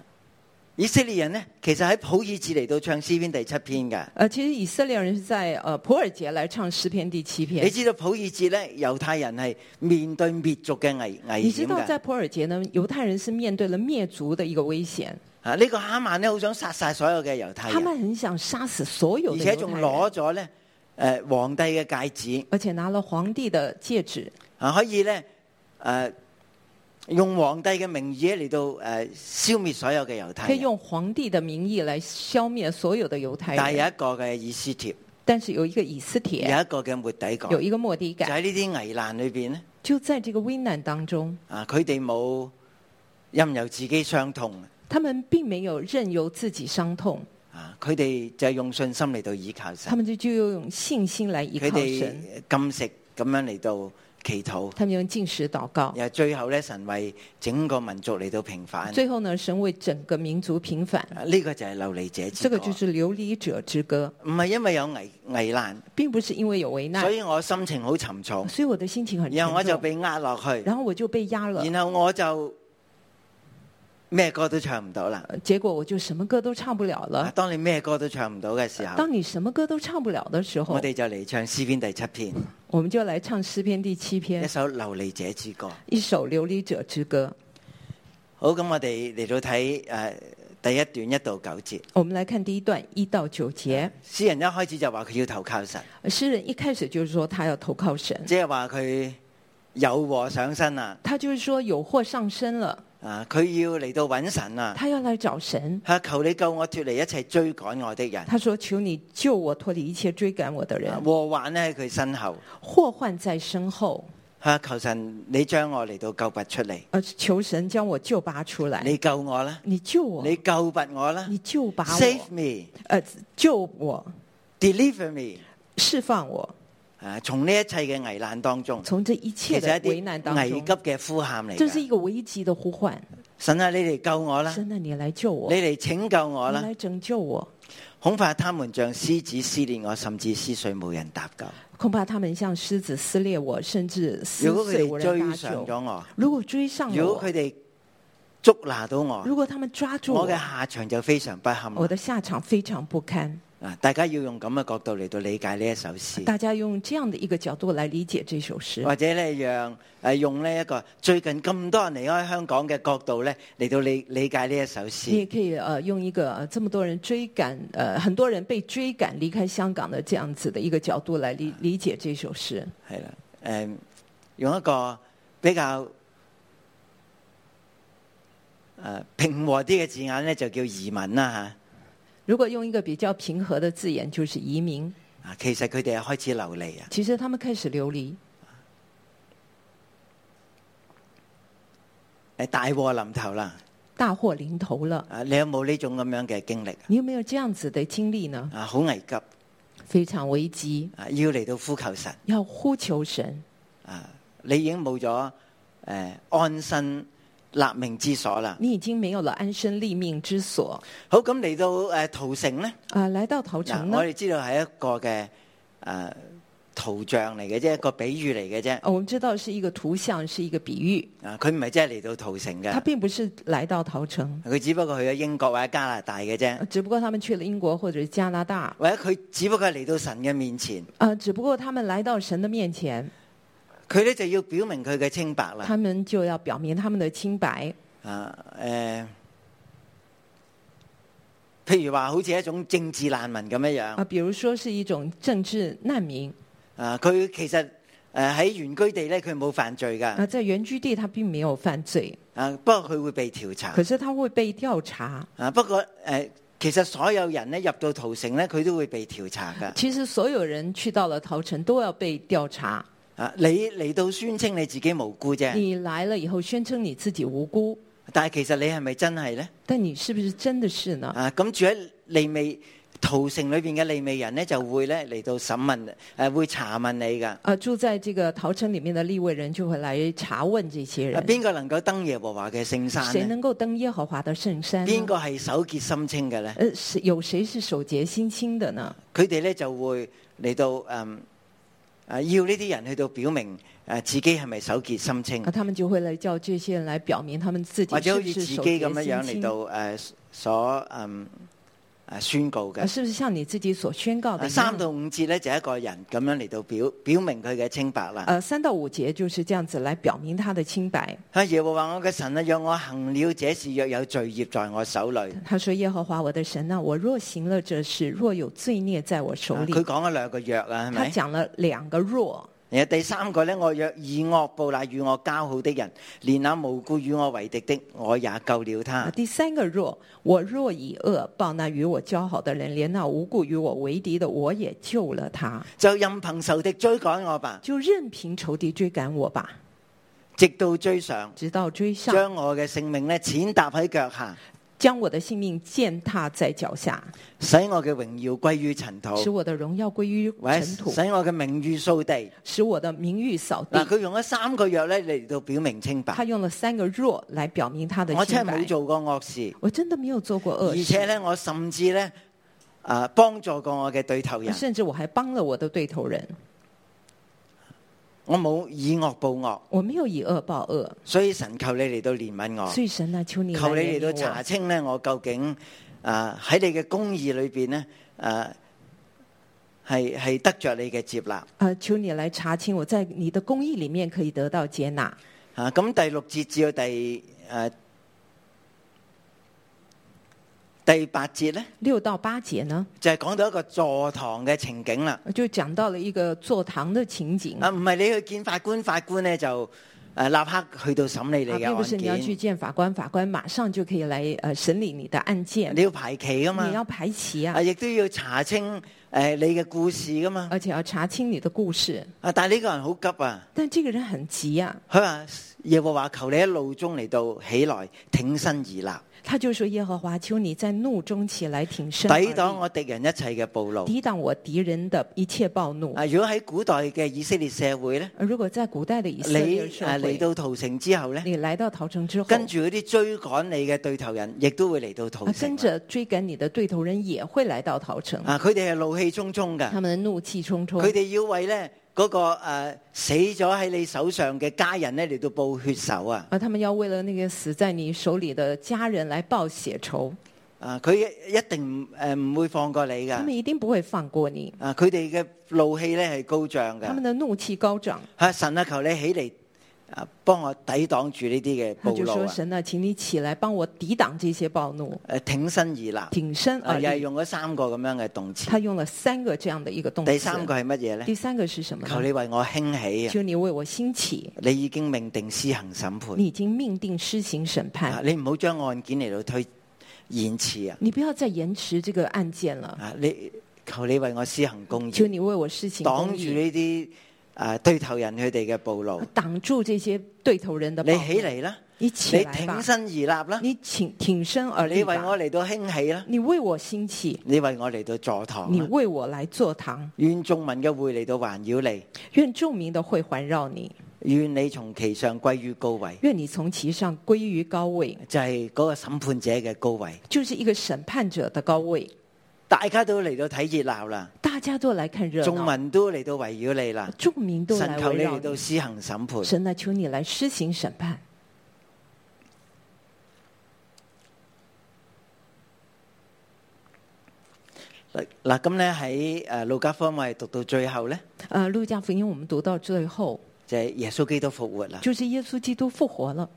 B: 以色列人呢，其實喺普爾節嚟到唱詩篇第七篇嘅。
C: 呃，其實以色列人是在呃普爾節來唱詩篇第七
B: 你
C: 篇。
B: 知道普爾節呢，猶太人係面對滅族嘅危危
C: 你知
B: 險
C: 道，在
B: 嘅。
C: 普爾節呢，猶太人是面對了滅族的一個危險，
B: 啊，呢個哈曼呢，好想殺晒所有嘅猶太
C: 他
B: 人，
C: 們很想殺死所有
B: 哎而
C: 的
B: 且
C: 猶
B: 仲
C: 太
B: 攞
C: 人，
B: 咗呢誒皇帝嘅戒指，
C: 而且拿了皇帝的戒指，
B: 啊可以呢，誒、呃用皇帝嘅名義咧嚟到誒、消滅所有嘅猶太
C: 可以
B: 人。
C: 用皇帝的名義來消滅所有的猶太
B: 但係有
C: 人。
B: 一個嘅以斯帖。
C: 但是有一個以斯帖，
B: 有一個嘅末底改，
C: 有
B: 就
C: 一個莫迪改，
B: 喺呢啲危難裏邊咧，
C: 就在這個危難當中，
B: 啊，佢哋冇任由自己傷痛，
C: 他們並沒有任由自己傷痛，
B: 啊，佢哋就係用信心嚟到倚靠
C: 他
B: 神，
C: 們就就用信心來依靠
B: 佢哋
C: 神，哦
B: 禁食咁樣嚟到祈禱，
C: 他們用禁食禱告。
B: 又最後咧，神為整個民族嚟到平反，
C: 最后呢，神為整個民族平反，
B: 啊呢個就係流離者之
C: 這個
B: 歌，
C: 就是流離者之歌，
B: 唔係因為有危危難，
C: 並不是因為有危
B: 所
C: 難，
B: 以我心情好沉重，
C: 所以我的心情很沉
B: 然後我就
C: 重，
B: 被壓落去，
C: 然後我就被壓了，
B: 然後我就咩歌都唱唔到啦。
C: 呃結果我就什麼歌都唱不了
B: 啊
C: 了。
B: 當你咩歌都唱唔到嘅時候。
C: 當你什麼歌都唱不了的時候
B: 我，哋就嚟唱詩篇第七篇，
C: 我們就來唱詩篇第七
B: 一
C: 篇，
B: 首流離者之歌。
C: 一首流離者之歌。
B: 好，咁我哋嚟到睇诶第一段一到九節，
C: 我們來看第一段一到九節，
B: 詩人一開始就話佢要投靠神，
C: 詩人一開始就是說他要投靠神，
B: 即係話佢有禍上身啦，
C: 他就是說有禍上身了，
B: 啊，佢要嚟到揾神啦，
C: 他要來找神。
B: 啊，求你救我脱離一切追趕我的人，
C: 他說：“求你救我脱離一切追趕我的人
B: 啊，禍患呢喺佢身後，
C: 禍患在身後。”
B: 啊，求神你將我嚟到救拔出嚟，
C: 呃，求神将我救拔出来。
B: 你救我啦，
C: 你救我，
B: 你
C: 你
B: 救拔我啦
C: 救拔
B: ，save
C: 我，
B: me，deliver
C: 呃，救我，
B: me，
C: 释放我，
B: 啊，從呢一切嘅危難當中。
C: 从这一切
B: 其實
C: 的
B: 一
C: 危難
B: 啲
C: 當
B: 危急
C: 中。
B: 嘅呼喊嚟
C: 这是一
B: 㗎。
C: 个危急的呼唤，
B: 神啊，你嚟救我啦！
C: 神啊，你来救我，
B: 你嚟拯救我
C: 你
B: 啦！
C: 来拯救我。
B: 恐怕他們像獅子撕裂我，甚至撕碎無人搭救。
C: 恐怕他們像獅子撕裂我，甚至撕
B: 如果佢
C: 碎無
B: 哋追
C: 人搭
B: 上
C: 救。哦
B: 咗我，
C: 如果追上了
B: 如果
C: 我
B: 佢，哋捉拿到我，
C: 如果他們抓住
B: 我
C: 我
B: 嘅，下場就非常不堪啦。
C: 我的下場非常不堪。
B: 啊，大家要用咁嘅角度嚟到理解呢一首詩，
C: 大家用这样的一个角度来理解这首诗，
B: 或者咧讓誒用呢一個最近咁多人離開香港嘅角度咧嚟到理理解呢一首
C: 你也
B: 詩。
C: 可以呃用一个、呃、这么多人追赶呃很多人被追赶离开香港的这样子的一个角度来理理解这首诗，
B: 係啦，誒、用一個比較誒、呃平和啲嘅字眼咧，就叫移民啦
C: 如果用一个比较平和的字眼，就是移民。
B: 嚇。啊，其實佢哋係開始流離啊。
C: 其实他们开始流离，
B: 誒大禍臨頭啦！
C: 大祸临头了。
B: 啊，你有冇呢種咁樣嘅經歷
C: 你有没有这样子的经历呢？
B: 啊？好危急啊！
C: 非常危机，
B: 要嚟到呼求神
C: 要呼求神。
B: 啊！你已經冇咗誒安身立命之所啦。
C: 你已经没有了安身立命之所
B: 好，咁嚟到誒屠城咧，
C: 啊、来到桃城
B: 嗱，
C: 呢
B: 我？哋知道係一個嘅誒圖像嚟嘅啫，一個比喻嚟嘅啫。
C: 啊我们知道是一个图像，是一个比喻，
B: 啊，佢唔係真係嚟到屠城
C: 他
B: 嘅，
C: 并不是来到桃城，
B: 佢只不過去咗英國或者加拿大嘅啫
C: 呃，只不过他们去了英国或者加拿大，
B: 或者佢只不過係嚟到神嘅面前，
C: 啊，只不过他们来到神的面前，
B: 佢咧就要表明佢嘅清白啦。
C: 他们就要表明他们的清白。
B: 啊，誒、譬如話好似一種政治難民咁樣樣
C: 啊，，比如说是一种政治难民
B: 啊，佢其實誒喺原居地咧，佢冇犯罪
C: 啊，
B: 㗎，
C: 在原居地他並沒有犯罪，
B: 啊，不過佢會被調查
C: 可，是他會被調查。
B: 啊，不過誒、其實所有人咧入到屠城咧，佢都會被調查㗎。
C: 其實所有人去到了桃城都要被調查。
B: 啊，你嚟到宣稱你自己無辜啫，
C: 你來了以後宣稱你自己無辜，
B: 但係其實你係咪真係咧？
C: 但你是不是真的是呢？
B: 啊，咁住喺利未屠城裏邊嘅利未人咧，就會咧嚟到審問，誒、會查問你㗎。
C: 啊，住在這個桃城裡面的立位人就會來查問這些
B: 啊，
C: 人，
B: 邊個能夠登耶和華嘅聖山
C: 誰
B: 咧？
C: 能夠登耶和華的聖山呢？
B: 邊個係手潔心清嘅咧？
C: 呃，是有誰是手潔心清的呢？
B: 佢哋咧就會嚟到嗯啊，要呢啲人去到表明诶、啊自己係咪手潔心清
C: 啊，，他們就會來叫這些人來表明他們自己
B: 或者
C: 是
B: 好
C: 不
B: 似自
C: 是
B: 己
C: 手
B: 咁樣
C: 潔
B: 樣
C: 心
B: 嚟
C: 清，
B: 到诶所嗯啊宣告
C: 啊，
B: 嘅。
C: 是不是像你自己所宣告的
B: 啊
C: 一樣
B: 三到五節咧就一個人咁樣嚟到表表明佢嘅清白啦。
C: 呃，三到五节就是这样子来表明他的清白。
B: 啊耶和華我嘅神啊，讓我行了這事，若有罪孽在我手裏。啊
C: 他说：“耶和华我的神呐、我若行了这事，若有罪孽在我手里。
B: 佢講咗兩個約啊，係
C: 他
B: 咪？
C: 讲了两个若，
B: 然後第三個咧，我若以惡報那與我交好的人，連那無故與我為敵的，我也救了他
C: 啊，。第三个若，我若以恶报那与我交好的人，连那无故与我为敌的，我也救了他。
B: 就任憑仇敵追趕我吧，
C: 就任凭仇敌追赶我吧，
B: 直到追上，
C: 直到追上，
B: 將我嘅性命咧踐踏喺腳下，
C: 将我的性命践踏在脚下，
B: 使我嘅榮耀歸於塵
C: 使
B: 土，
C: 我的荣耀归于
B: 或者
C: 尘土
B: 使，我嘅名譽掃地。
C: 使我的名誉扫
B: 嗱，
C: 地。”
B: 佢用咗三個藥咧嚟到表明清白
C: 他。用了三个若来表明他的
B: 我
C: 清
B: 真係
C: 白
B: 冇。做過惡事，
C: 我真的没有做过恶
B: 而
C: 事，
B: 且咧我甚至咧啊幫助過我嘅對頭人，
C: 甚至我还帮了我的对头人。
B: 我冇以惡報惡，
C: 我没有以恶报恶，
B: 所以神求你嚟到憐憫我。
C: 所以神啊，求你
B: 求你嚟
C: 怜
B: 到
C: 悯我
B: 查清咧，我究竟啊喺你嘅公義裏边咧，诶系系得着你嘅接納
C: 呃，求你来查清我在你的公义里面可以得到接纳。
B: 啊。咁第六節至到第诶、第八節咧，
C: 六到八节呢，
B: 就係講到一個坐堂嘅情景啦。
C: 就讲到了一个坐堂的情景，
B: 啊，唔係你去見法官，法官咧就诶、立刻去到審理你
C: 啊
B: 嘅
C: 并不是你要
B: 案
C: 去
B: 件，
C: 见法官，法官马上就可以来呃审理你的案件，
B: 你要排期噶
C: 你
B: 嘛，
C: 要排啊期啊
B: 啊，，亦都要查清诶、你嘅故事噶嘛。
C: 而且要查清你的故事。
B: 啊，但係呢個人好急啊。
C: 但这个人很急啊，
B: 佢話：耶和華求你喺路中嚟到起來，挺身而立，
C: 他就说：“耶和华，求你在怒中起来，挺身而立
B: 抵擋我敵人一切嘅暴露。
C: 抵挡我敌人的一切暴怒。
B: 啊，如果喺古代嘅以色列社會咧，
C: 呃而如果在古代的以色
B: 你
C: 列社
B: 啊嚟，
C: 会
B: 到屠城之後咧，
C: 你来到桃城之后，
B: 跟住嗰啲追趕你嘅對頭人，亦都會嚟到屠
C: 啊
B: 城
C: 跟
B: 啦。
C: 着追赶你的对头人也会来到桃城，
B: 啊，佢哋係怒氣沖沖
C: 他
B: 㗎，
C: 们怒气冲冲
B: 佢，哋要為咧嗰個呃死咗喺你手上嘅家人咧嚟到報血仇啊！
C: 而他们要为了那个死在你手里的家人来报血仇。
B: 啊，佢一定誒唔會放過你
C: 他
B: 噶
C: 们。一定不会放过你，
B: 啊，佢哋嘅怒氣咧係高漲
C: 他
B: 噶
C: 们。的怒气高涨。
B: 啊，神啊，求你起嚟啊，幫我抵擋住呢啲嘅
C: 他
B: 暴
C: 就
B: 怒
C: 说：“
B: 啊！
C: 神啊，请你起来帮我抵挡这些暴怒，
B: 誒，挺身而立。
C: 挺身
B: 啊，
C: 而
B: 又係
C: 立。
B: 用咗三個咁樣嘅動”詞。
C: 他用了三个这样的一个动词。
B: 第三個係乜嘢
C: 第
B: 咧？
C: 三个是什么
B: 求
C: 呢？
B: 你為我興起啊！
C: 求你为我兴起，
B: 你已經命定施行審判，
C: 你已经命定施行审
B: 啊
C: 判，
B: 你唔好將案件嚟到推延遲啊！
C: 你不要再延迟这个案件了。
B: 啊，你求你為我施行公
C: 求
B: 義，
C: 你为我施行
B: 擋
C: 公
B: 住
C: 义，
B: 呢啲啊對頭人佢哋嘅暴怒。
C: 挡住这些对头人的暴
B: 你
C: 怒。
B: 起，嚟啦，
C: 你
B: 你
C: 起来吧
B: 挺，身而立啦，
C: 你挺挺身而
B: 你
C: 立
B: 為
C: 吧。
B: 我嚟到興起啦，
C: 你为我兴起，
B: 你為我嚟到坐堂
C: 你
B: 啦。
C: 为我来坐堂。
B: 愿眾民嘅會嚟到環繞
C: 愿众民的会环绕你，
B: 你，願你從其上歸於高位，
C: 愿你从其上归于高位，
B: 就係嗰個審判者嘅高位。
C: 就是一个审判者的高位。
B: 大家都嚟到睇熱鬧啦，
C: 大家都来看热
B: 眾
C: 闹，
B: 民都嚟到圍繞你啦。
C: 众民都
B: 神
C: 来
B: 求
C: 围
B: 你
C: 绕
B: 嚟到
C: 你。
B: 施行審判。
C: 神啊，求你来施行审判。
B: 嗱嗱，咁咧喺誒路加福音我哋讀到最後咧，
C: 呃，路加福音我们读到最后，
B: 就係、耶穌基督復活啦，
C: 就是耶稣基督复活了，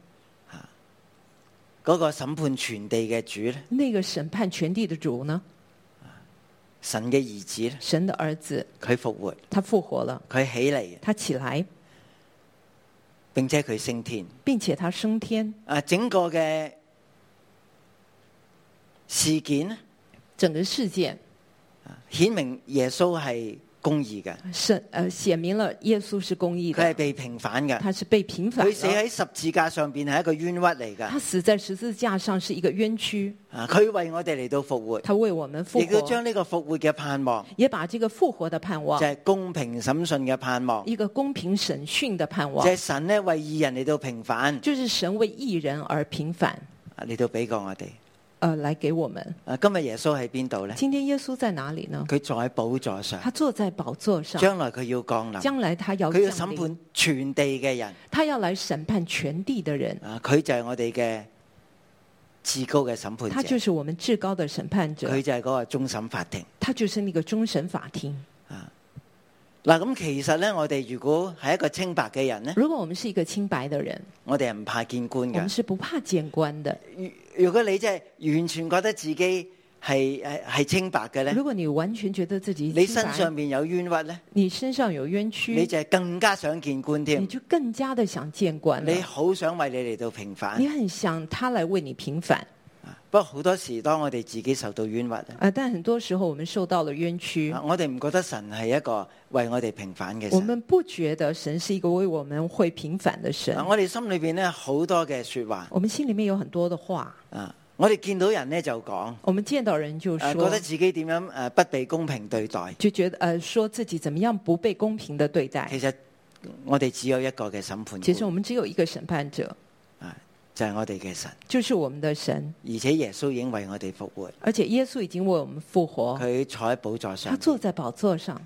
B: 嗰、個審判全地嘅主咧，
C: 那个审判全地的主呢，
B: 神嘅兒子咧，
C: 神的儿子，
B: 佢復活，
C: 他复活了，
B: 佢起嚟，
C: 他起来，
B: 並且佢升天。
C: 并且他升天。
B: 啊，整個嘅事件咧，
C: 整个事件
B: 顯明耶穌係公義嘅，
C: 是呃写明了耶稣是公义
B: 佢係
C: 的，
B: 被平反嘅，
C: 他是被平反
B: 佢死
C: 了，
B: 喺十字架上邊係一個冤屈嚟
C: 他
B: 㗎。
C: 死在十字架上是一个冤屈，
B: 啊，佢為我哋嚟到復活，
C: 他为我们复
B: 亦都
C: 活，
B: 將呢個復活嘅盼望，
C: 也把这个复活的盼
B: 就
C: 望，
B: 係、公平審訊嘅盼望。
C: 一个公平审讯的盼望
B: 就，係神咧為義人嚟到平反，啊
C: 就是神为一人而平反，
B: 嚟到俾過我哋。
C: 呃，来给我们。
B: 啊，今日耶穌喺邊度咧？
C: 今天耶稣在哪里呢？
B: 佢坐喺寶座上，
C: 他坐在宝座上，
B: 將來佢要降臨，
C: 将来他要
B: 佢要
C: 降
B: 審
C: 临，
B: 判全地嘅人。
C: 他要来审判全地的人，
B: 啊，佢就係我哋嘅至高嘅審
C: 他
B: 判
C: 就
B: 者，
C: 是我们至高的审判者
B: 佢，就係嗰個終審法庭。
C: 他就是那个终审法庭。
B: 嗱，咁其實咧，我哋如果係一個清白嘅人咧，
C: [LAUGHS] 如果我们是一个清白的人，
B: 我哋係唔怕見官
C: 我们
B: 嘅。
C: 是不怕见官的。
B: 如如果你真係完全覺得自己係係係清白嘅咧
C: 如，果你完全觉得自己
B: 你
C: 清
B: 身
C: 白，
B: 上面有冤屈咧，
C: 你身上有冤屈，
B: 你就係更加想見官添
C: 你。就更加的想见官了
B: 你。好想為你嚟到平反
C: 你，很想他来为你平反
B: 不過好多時當我哋自己受到冤屈啊，
C: 啊，但很多时候我们受到了冤屈，
B: 我哋唔覺得神係一個為我哋平反嘅
C: 我
B: 神。
C: 们不觉得神是一个为我们会平反的神
B: 啊。我哋心裏边咧好多嘅说話
C: 我们心里面有很多的话，
B: 啊，我哋見到人咧就講，
C: 我们见到人就
B: 啊
C: 说，
B: 覺得自己點樣诶不被公平對待。
C: 就觉得呃，说自己怎么样不被公平的对待。
B: 其實我哋只有一個嘅審判
C: 其实我
B: 官，
C: 们只有一个审判者，
B: 啊，就係我哋嘅神，
C: 就是我们的神，
B: 而且耶穌已經為我哋復活，
C: 而且耶稣已经为我们复活，
B: 佢坐喺寶座
C: 哦他
B: 上，
C: 坐在宝座上，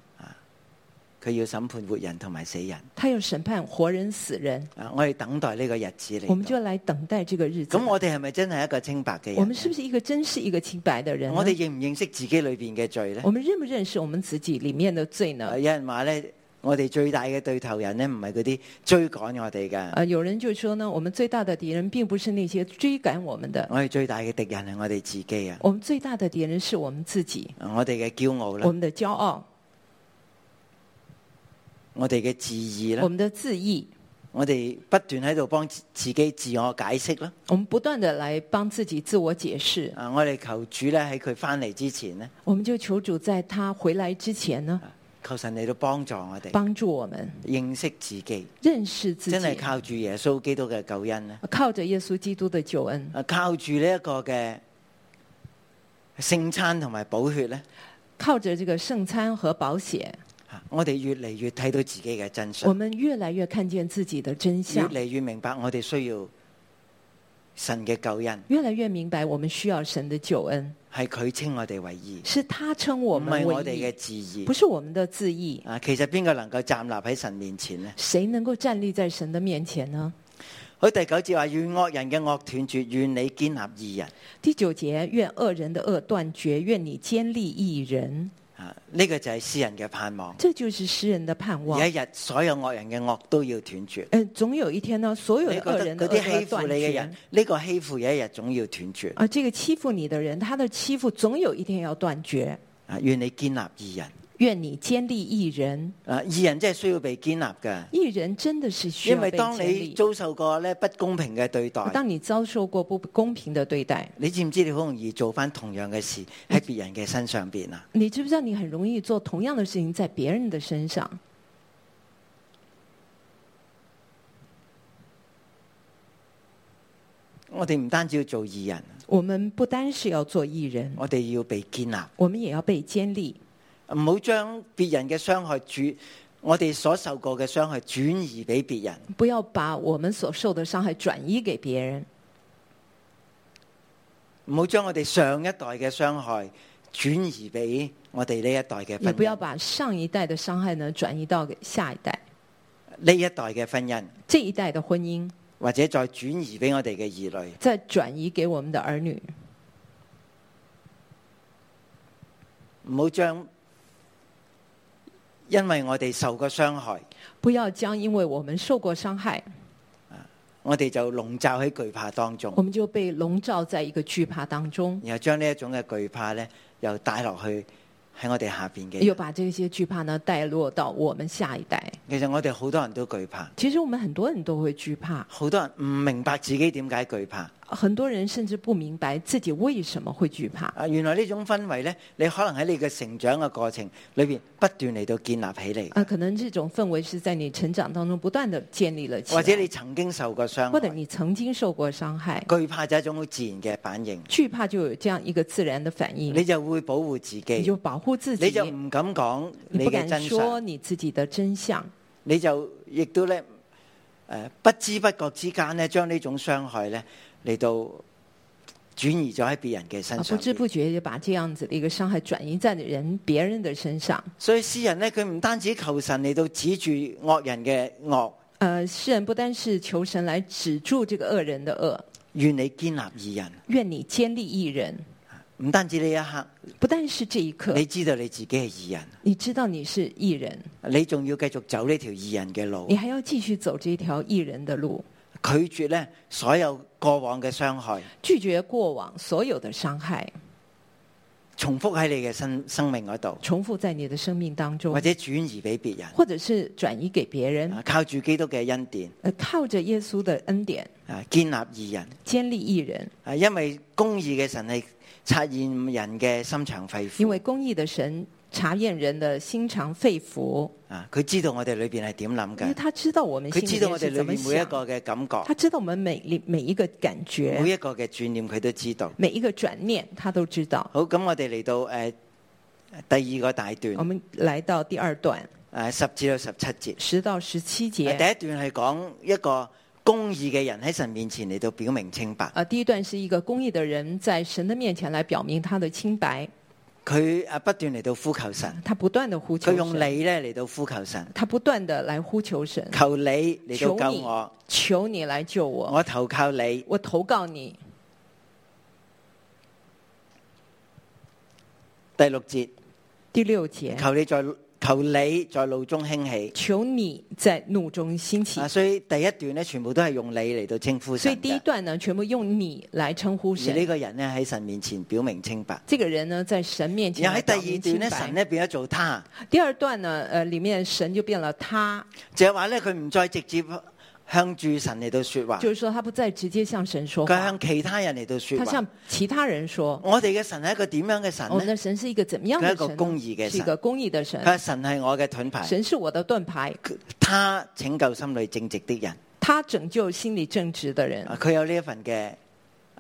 B: 佢要審判活人同埋死人。
C: 他要审判活人死人。
B: 啊，我哋等待呢個日子
C: 我们
B: 嚟
C: 就来等待这个日子
B: 到。
C: 吧。
B: 咁我哋係咪真係一個清白嘅
C: 我
B: 人
C: 们
B: 呢？
C: 是不是一个真是一个清白的人呢？
B: 我哋認唔認識自己裏边嘅罪呢？
C: 我们认不认识我们自己里面的罪呢
B: 啊？有人話呢，我哋最大嘅對頭人呢，唔係嗰啲追趕我哋嘅，
C: 呃，有人就说呢，我们最大的敌人并不是那些追赶我们的，
B: 我哋最大嘅敵人係我哋自己啊！
C: 我们最大的敌人是我们自己，
B: 我哋嘅驕傲
C: 我
B: 啦，
C: 们的骄傲，
B: 我哋嘅自義
C: 我
B: 啦，
C: 们的自意，
B: 我哋不斷喺度幫自自己自我解釋啦。
C: 我们不断的来帮自己自我解释。
B: 啊，我哋求主呢，喺佢翻嚟之前呢，
C: 我们就求主在他回来之前呢，
B: 求神嚟到幫助我哋
C: 帮助我们
B: 認識自己，
C: 认识自
B: 真係
C: 己，
B: 靠住耶穌基督嘅救恩呢，
C: 靠着耶稣基督的救恩，
B: 啊，靠住呢一個嘅聖餐同埋寶血呢。
C: 靠着这个圣餐和保险，
B: 啊我哋越嚟越睇到自己嘅真
C: 我
B: 相，
C: 们越来越看见自己的真
B: 越
C: 相，
B: 嚟越明白我哋需要神嘅救恩，
C: 越来越明白我们需要神的救恩，
B: 係佢稱我哋為義，
C: 是他称我
B: 唔係
C: 们
B: 我
C: 为
B: 哋嘅
C: 义，
B: 自義
C: 不。是我们的自意。
B: 啊，其實邊個能夠站立喺神面前呢？
C: 谁能够站立在神的面前呢？
B: 佢第九節話：願惡人嘅惡斷絕，願你堅立義人。
C: 第九节，愿恶人的恶断绝，愿你坚立一人。
B: 啊，呢、個就係詩人嘅盼望。
C: 这就是诗人的盼望
B: 有。一日，所有惡人嘅惡都要斷絕。
C: 嗯、總有一天呢，所有
B: 你
C: 的
B: 覺
C: 恶
B: 得
C: 人
B: 嗰
C: 的恶都
B: 啲
C: 要
B: 欺負
C: 断
B: 你嘅人
C: 绝。，
B: 呢、個欺負有一日總要斷絕。
C: 啊，这个欺负你的人，他的欺负总有一天要断绝。
B: 啊，願你堅立義人。
C: 愿你坚立一人，
B: 啊，義人真係需要被堅立嘅，
C: 一人真的是需
B: 因
C: 要
B: 為
C: 被
B: 當
C: 建
B: 你
C: 立。
B: 遭受過咧不公平嘅對待，
C: 当你遭受过不公平的对待，
B: 你知唔知你好容易做翻同樣嘅事
C: 嗯
B: 喺別人嘅身上邊啊？
C: 你知不知道你很容易做同样的事情在别人的身上？
B: 我哋唔單止要做義人，
C: 我们不单是要做艺人，
B: 我哋要被堅立，
C: 我们也要被建立，
B: 唔好將別人嘅傷害轉，我哋所受過嘅傷害轉移俾別人。
C: 不要把我们所受的伤害转移给别人，
B: 唔好將我哋上一代嘅傷害轉移俾我哋呢一代嘅
C: 也
B: 婚
C: 不要
B: 姻，
C: 把上一代的伤害呢转移到给下一代，
B: 呢一代嘅婚姻，
C: 这一代的婚姻
B: 或者再轉移俾我哋嘅兒女。
C: 再转移给我们的儿女，
B: 唔好將因為我哋受過傷害，
C: 不要将因为我们受过伤害，
B: 我哋就籠罩喺懼怕當中
C: 我，们就被笼罩在一个惧怕当中，
B: 然後將呢一種嘅懼怕呢，又帶落去喺我哋下邊嘅
C: 又
B: 人。
C: 把这些惧怕呢带落到我们下一代。
B: 其實我哋好多人都懼怕，
C: 其实我们很多人都会惧怕，
B: 好多人唔明白自己點解懼怕。
C: 很多人甚至不明白自己为什么会惧怕。
B: 啊，原來呢種氛圍呢，你可能喺你嘅成長嘅過程裏邊不斷嚟到建立起嚟。
C: 啊，可能这种氛围是在你成长当中不断的建立了起
B: 或
C: 来，
B: 者你曾經受過傷
C: 或者
B: 害，
C: 你曾经受过伤害，
B: 懼怕就係一種好自然嘅反應，
C: 惧怕就有这样一个自然的反应，
B: 你就會保護自
C: 你
B: 己，
C: 就保护自己，
B: 你就唔敢講
C: 你
B: 你
C: 不
B: 嘅
C: 敢
B: 真
C: 说
B: 相，
C: 你自己的真相，
B: 你就亦都咧誒不知不覺之間咧，將呢種傷害咧嚟到轉移咗喺別人嘅
C: 啊
B: 身，
C: 不
B: 上
C: 知
B: 邊。
C: 不觉就把这样子的一个伤害转移在人别人的身上。
B: 所以詩人咧，佢唔單止求神嚟到指住惡人嘅惡，
C: 呃，世人不单是求神来止住这个恶人的恶，
B: 願你堅立義人。
C: 愿你坚立一人，
B: 唔單止呢一刻，
C: 不但是这一刻，
B: 你知道你自己係義人，
C: 你知道你是艺人，
B: 你仲要繼續走呢條義人嘅路
C: 你，还要继续走这条艺人的路，
B: 拒絕咧所有過往嘅傷害。
C: 拒绝过往所有的伤害
B: 重複喺你嘅生生命嗰度，
C: 重复在你的生命当中
B: 或，者轉移俾別人，
C: 或者是转移给别人，
B: 啊靠住基督嘅恩典
C: 呃，靠着耶稣的恩典
B: 啊，建立義人
C: 建立艺人，
B: 啊，因為公義嘅神係察驗人嘅心腸肺
C: 因
B: 腑
C: 为公义的神查验人的心肠肺腑，
B: 啊，佢知道我哋裏边係點諗
C: 因
B: 嘅，
C: 为他知道我们心
B: 佢知
C: 里
B: 道
C: 面
B: 我哋
C: 是
B: 裏
C: 怎么
B: 面每一個
C: 想，
B: 嘅感覺，
C: 他知道我们每里每一个感觉
B: 每。一個嘅轉念佢都知道。
C: 每一个转念，他都知道。
B: 好，咁我哋嚟到诶、第二個大段
C: 我
B: 诶、
C: 们来到第二段，
B: 誒十至到十七節，
C: 十到十七
B: 啊
C: 节。
B: 第一段係講一個公義嘅人喺神面前嚟到表明清白。
C: 啊，第一段是一个公义的人在神的面前来表明他的清白，
B: 佢啊不斷嚟到呼求神，
C: 他不断的呼求
B: 佢
C: 神，
B: 用你咧嚟到呼求神。
C: 他不断的来呼求神，
B: 求你嚟到
C: 求
B: 救
C: 你
B: 我，
C: 求你来救我，
B: 我投靠你。
C: 我投告你。
B: 第六節，
C: 第六节，
B: 求你在求你在路中興起。
C: 求你在怒中兴起
B: 啊，。所以第一段咧，全部都係用你嚟到稱呼
C: 所以
B: 神
C: 第一
B: 嘅。
C: 段呢，全部用你来称呼
B: 而呢
C: 神。
B: 個人咧喺神面前表明清白。
C: 这个人呢，在神面前
B: 然後
C: 来
B: 喺
C: 表明
B: 第二
C: 清
B: 段咧，神
C: 白。
B: 咧變咗做他，
C: 第二段呢，呃，里面神就变了他，
B: 就係話咧佢唔再直接向住神嚟到说話，
C: 就是说他不再直接向神说
B: 佢
C: 话，
B: 向其他人嚟到说
C: 他
B: 話。
C: 向其他人说。
B: 我哋嘅神係一個點樣嘅
C: 我
B: 神
C: 们
B: 咧？
C: 的神是一个怎么样的
B: 佢一
C: 神
B: 个
C: 呢？
B: 公义嘅神
C: 是一个公义的神
B: 佢。話神係我嘅盾牌，
C: 神是我的盾牌，
B: 佢他拯救心裏正直的人。
C: 他拯救心理正直的人
B: 啊，佢有呢一份嘅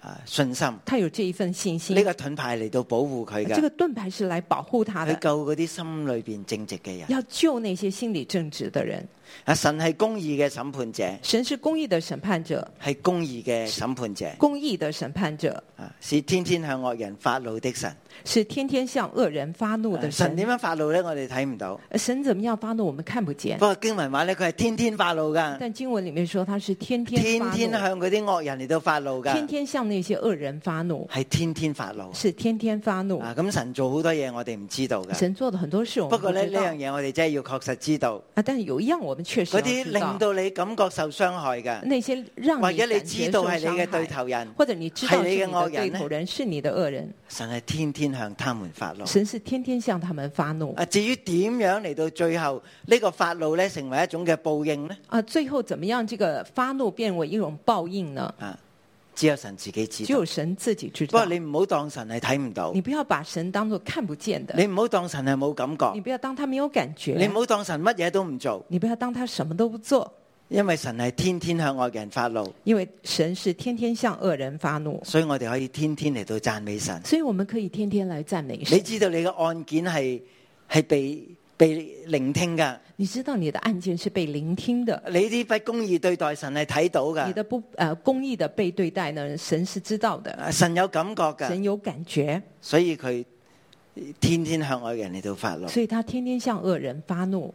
B: 啊信心。
C: 他有这一份信心
B: 呢。個盾牌嚟到保護佢
C: 这
B: 嘅
C: 个，盾牌是来保护他
B: 佢
C: 的，
B: 救嗰啲心裏边正直嘅人。
C: 要救那些心理正直的人。
B: 啊，神係公義嘅審判者，
C: 神是公义的审判者，
B: 係公義嘅審判者，
C: 公义的审判者
B: 啊，是天天向惡人發怒的神。啊
C: 是天天向恶人发怒的
B: 呃神
C: 神。
B: 點樣發怒呢？我哋睇唔到。
C: 呃神怎么样发怒，我们看不见
B: 不。過經文話呢，佢係天天發怒噶，
C: 但经文里面说他是天天
B: 天
C: 发
B: 天
C: 怒，
B: 向嗰啲惡人嚟到發怒噶，
C: 天天向那些恶人发怒，
B: 係天天發怒。
C: 是天天发怒。
B: 啊，咁神做好多嘢，我哋唔知道噶。
C: 神做的很多事我
B: 不
C: 们
B: 過
C: 不
B: 呢，
C: 知
B: 呢
C: 道
B: 樣嘢我哋真係要確實知道，
C: 啊，但是有一样我们确实
B: 嗰
C: 要
B: 啲
C: 知道
B: 令，到你感覺受傷害嘅，
C: 那些让
B: 或者你
C: 感觉
B: 知道
C: 受
B: 係你
C: 伤
B: 嘅對
C: 害，
B: 頭人，
C: 或者你知
B: 是
C: 道是
B: 你
C: 你
B: 嘅恶
C: 的
B: 人
C: 对
B: 呢
C: 头人是你的恶人，
B: 神係天天向他們發怒。
C: 神是天天向他们发怒
B: 啊，至於點樣嚟到最後呢、個法路咧，成為一種嘅報應呢？
C: 啊。最后怎么样，这个发怒变为一种报应呢？
B: 啊，只有神自己知
C: 只
B: 道。
C: 有神自己知
B: 不過
C: 道。
B: 你唔好當神係睇唔到
C: 你，不要把神当做看不见的，
B: 你唔好當神係冇感
C: 你
B: 覺，
C: 不要当他没有感
B: 你
C: 觉
B: 唔，好當神乜嘢都唔做，
C: 你不要当他什么都不做，
B: 因為神係天天向外人發怒，
C: 因为神是天天向恶人发怒，
B: 所以我哋可以天天嚟到讚美神。
C: 所以我们可以天天来赞美
B: 你
C: 神。
B: 知道你嘅案件係係被被聆聽㗎，
C: 你知道你的案件是被聆听的，
B: 你啲不公義對待神係睇到
C: 你
B: 㗎，
C: 的不呃公义的被对待呢，神是知道的，
B: 啊神有感覺㗎，
C: 神有感觉，
B: 所以佢天天向外人嚟到發怒。
C: 所以他天天向恶人发怒。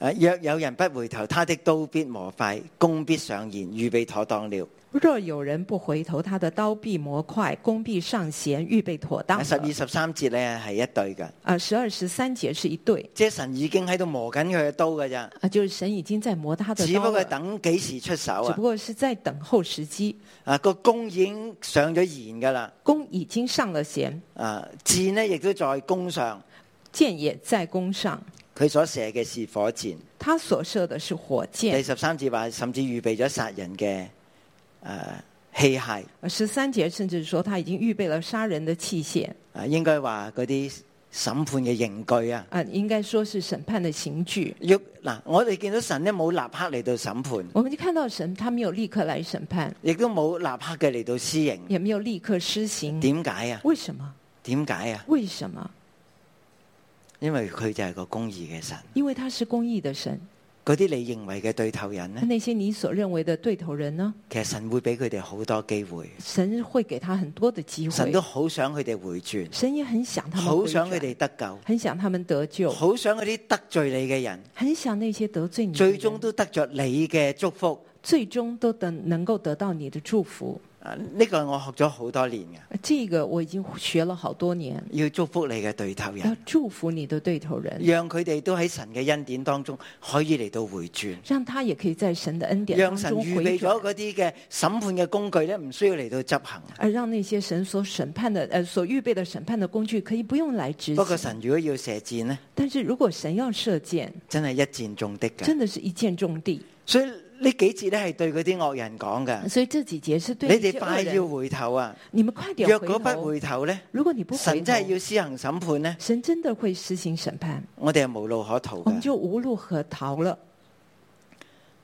B: 啊若有人不回头，他的刀必磨快，弓必上弦，預備妥當了。
C: 若有人不回头，他的刀必磨快，弓必上弦，预备妥
B: 啊
C: 当了。
B: 十二十三節咧係一對嘅，
C: 啊，十二十三节是一对
B: 即係神已經喺度磨緊佢嘅刀㗎咋，
C: 啊，就是神已经在磨他的
B: 只不
C: 刀
B: 過
C: 了，
B: 等幾時出手
C: 啊只
B: 啊
C: 不？过是在等候时机。
B: 啊個弓已經上咗弦㗎啦，
C: 弓已经上了弦，
B: 啊箭呢亦都在弓上，
C: 箭也在弓上。
B: 佢所射嘅是火箭。
C: 他所射的是火
B: 第
C: 箭。
B: 十三節話，甚至預備咗殺人嘅诶器械，
C: 啊十三节甚至说他已经预备了杀人的器械
B: 啊应該話嗰啲審判嘅刑具啊。
C: 啊，应该说是审判的刑具。
B: 若嗱，我哋見到神呢冇立刻嚟到審判。
C: 我们就看到神他没有立刻来审判，
B: 亦都冇立刻嘅嚟到施刑。
C: 也没有立刻施行。
B: 點解啊？
C: 为什么？
B: 點解啊？
C: 为什么？
B: 因為佢就係個公義嘅神。
C: 因为他是公义的神。
B: 嗰啲你認為嘅對頭人呢，
C: 那些你所认为的对头人呢？
B: 其實神會俾佢哋好多機會，
C: 神会给他很多的机
B: 神
C: 会
B: 都。好想佢哋回轉，
C: 神也很想他们
B: 好
C: 回转
B: 想佢哋得救，
C: 很想他们得救，
B: 好想嗰啲得罪你嘅人，
C: 很想那些得罪你的人，
B: 最終都得着你嘅祝福。
C: 最终都等能够得到你的祝福。
B: 啊，呢個我學咗好多年嘅，
C: 这个我已经学了好多年，
B: 要祝福你嘅對頭
C: 要
B: 人，
C: 祝福你的对头人，
B: 讓佢哋都喺神嘅恩典當中可以嚟到回轉，
C: 让他也可以在神的恩典
B: 讓
C: 当
B: 神
C: 中
B: 預
C: 回
B: 備咗
C: 转，
B: 嗰啲嘅審判嘅工具咧，唔需要嚟到執行。
C: 而让那些神所审判的呃所预备的审判的工具可以不用来执
B: 不過
C: 行。
B: 神如果要射箭呢，
C: 但是如果神要射箭，
B: 真係一箭中的㗎。
C: 真的是一箭中地。
B: 所以呢幾節咧係對嗰啲惡人講㗎，
C: 所以这几节是
B: 你
C: 对那
B: 哋
C: 些
B: 快
C: 恶
B: 要
C: 人，
B: 回頭啊！
C: 你们快点
B: 若
C: 回
B: 果不
C: 头。
B: 回頭呢，
C: 如果你不回
B: 神
C: 头
B: 真，係要施行審判呢，
C: 神真的会施行审判，
B: 我哋係無路可逃
C: 我们
B: 㗎。
C: 就无路可逃了。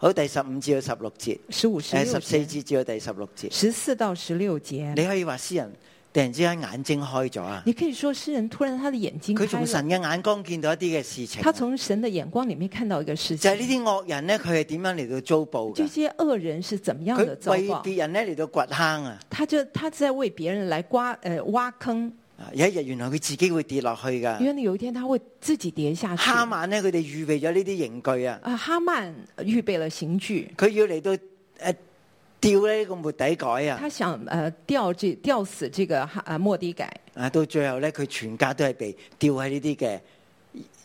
B: 好，第十五至到十六節，
C: 十五、十
B: 誒哎
C: 六
B: 十四
C: 节，
B: 節至到第十六節，
C: 十四到十六节，
B: 你可以話詩人突然之間眼睛開咗啊！
C: 你可以说诗人突然他的眼睛
B: 佢
C: 开
B: 從
C: 了。
B: 神嘅眼光見到一啲嘅事情
C: 他
B: 啊，
C: 从神的眼光里面看到一个事
B: 就
C: 情
B: 係，呢啲惡人呢，佢係點樣嚟到遭報
C: 这
B: 㗎？
C: 些恶人是怎么样
B: 佢
C: 的遭
B: 為
C: 报？啊
B: 別人呢嚟到掘坑啊！
C: 他就他在为别人来挖呃挖坑，
B: 啊有一日原來佢自己會跌落去㗎。
C: 原来有一天他会自己跌下去。
B: 啊哈曼呢，佢哋預備咗呢啲刑具啊，
C: 啊，哈曼预备了刑具，
B: 佢要嚟到诶吊呢個末底改啊，
C: 他想呃吊这吊死这个哈啊莫迪改，
B: 啊到最後咧，佢全家都係被吊喺呢啲嘅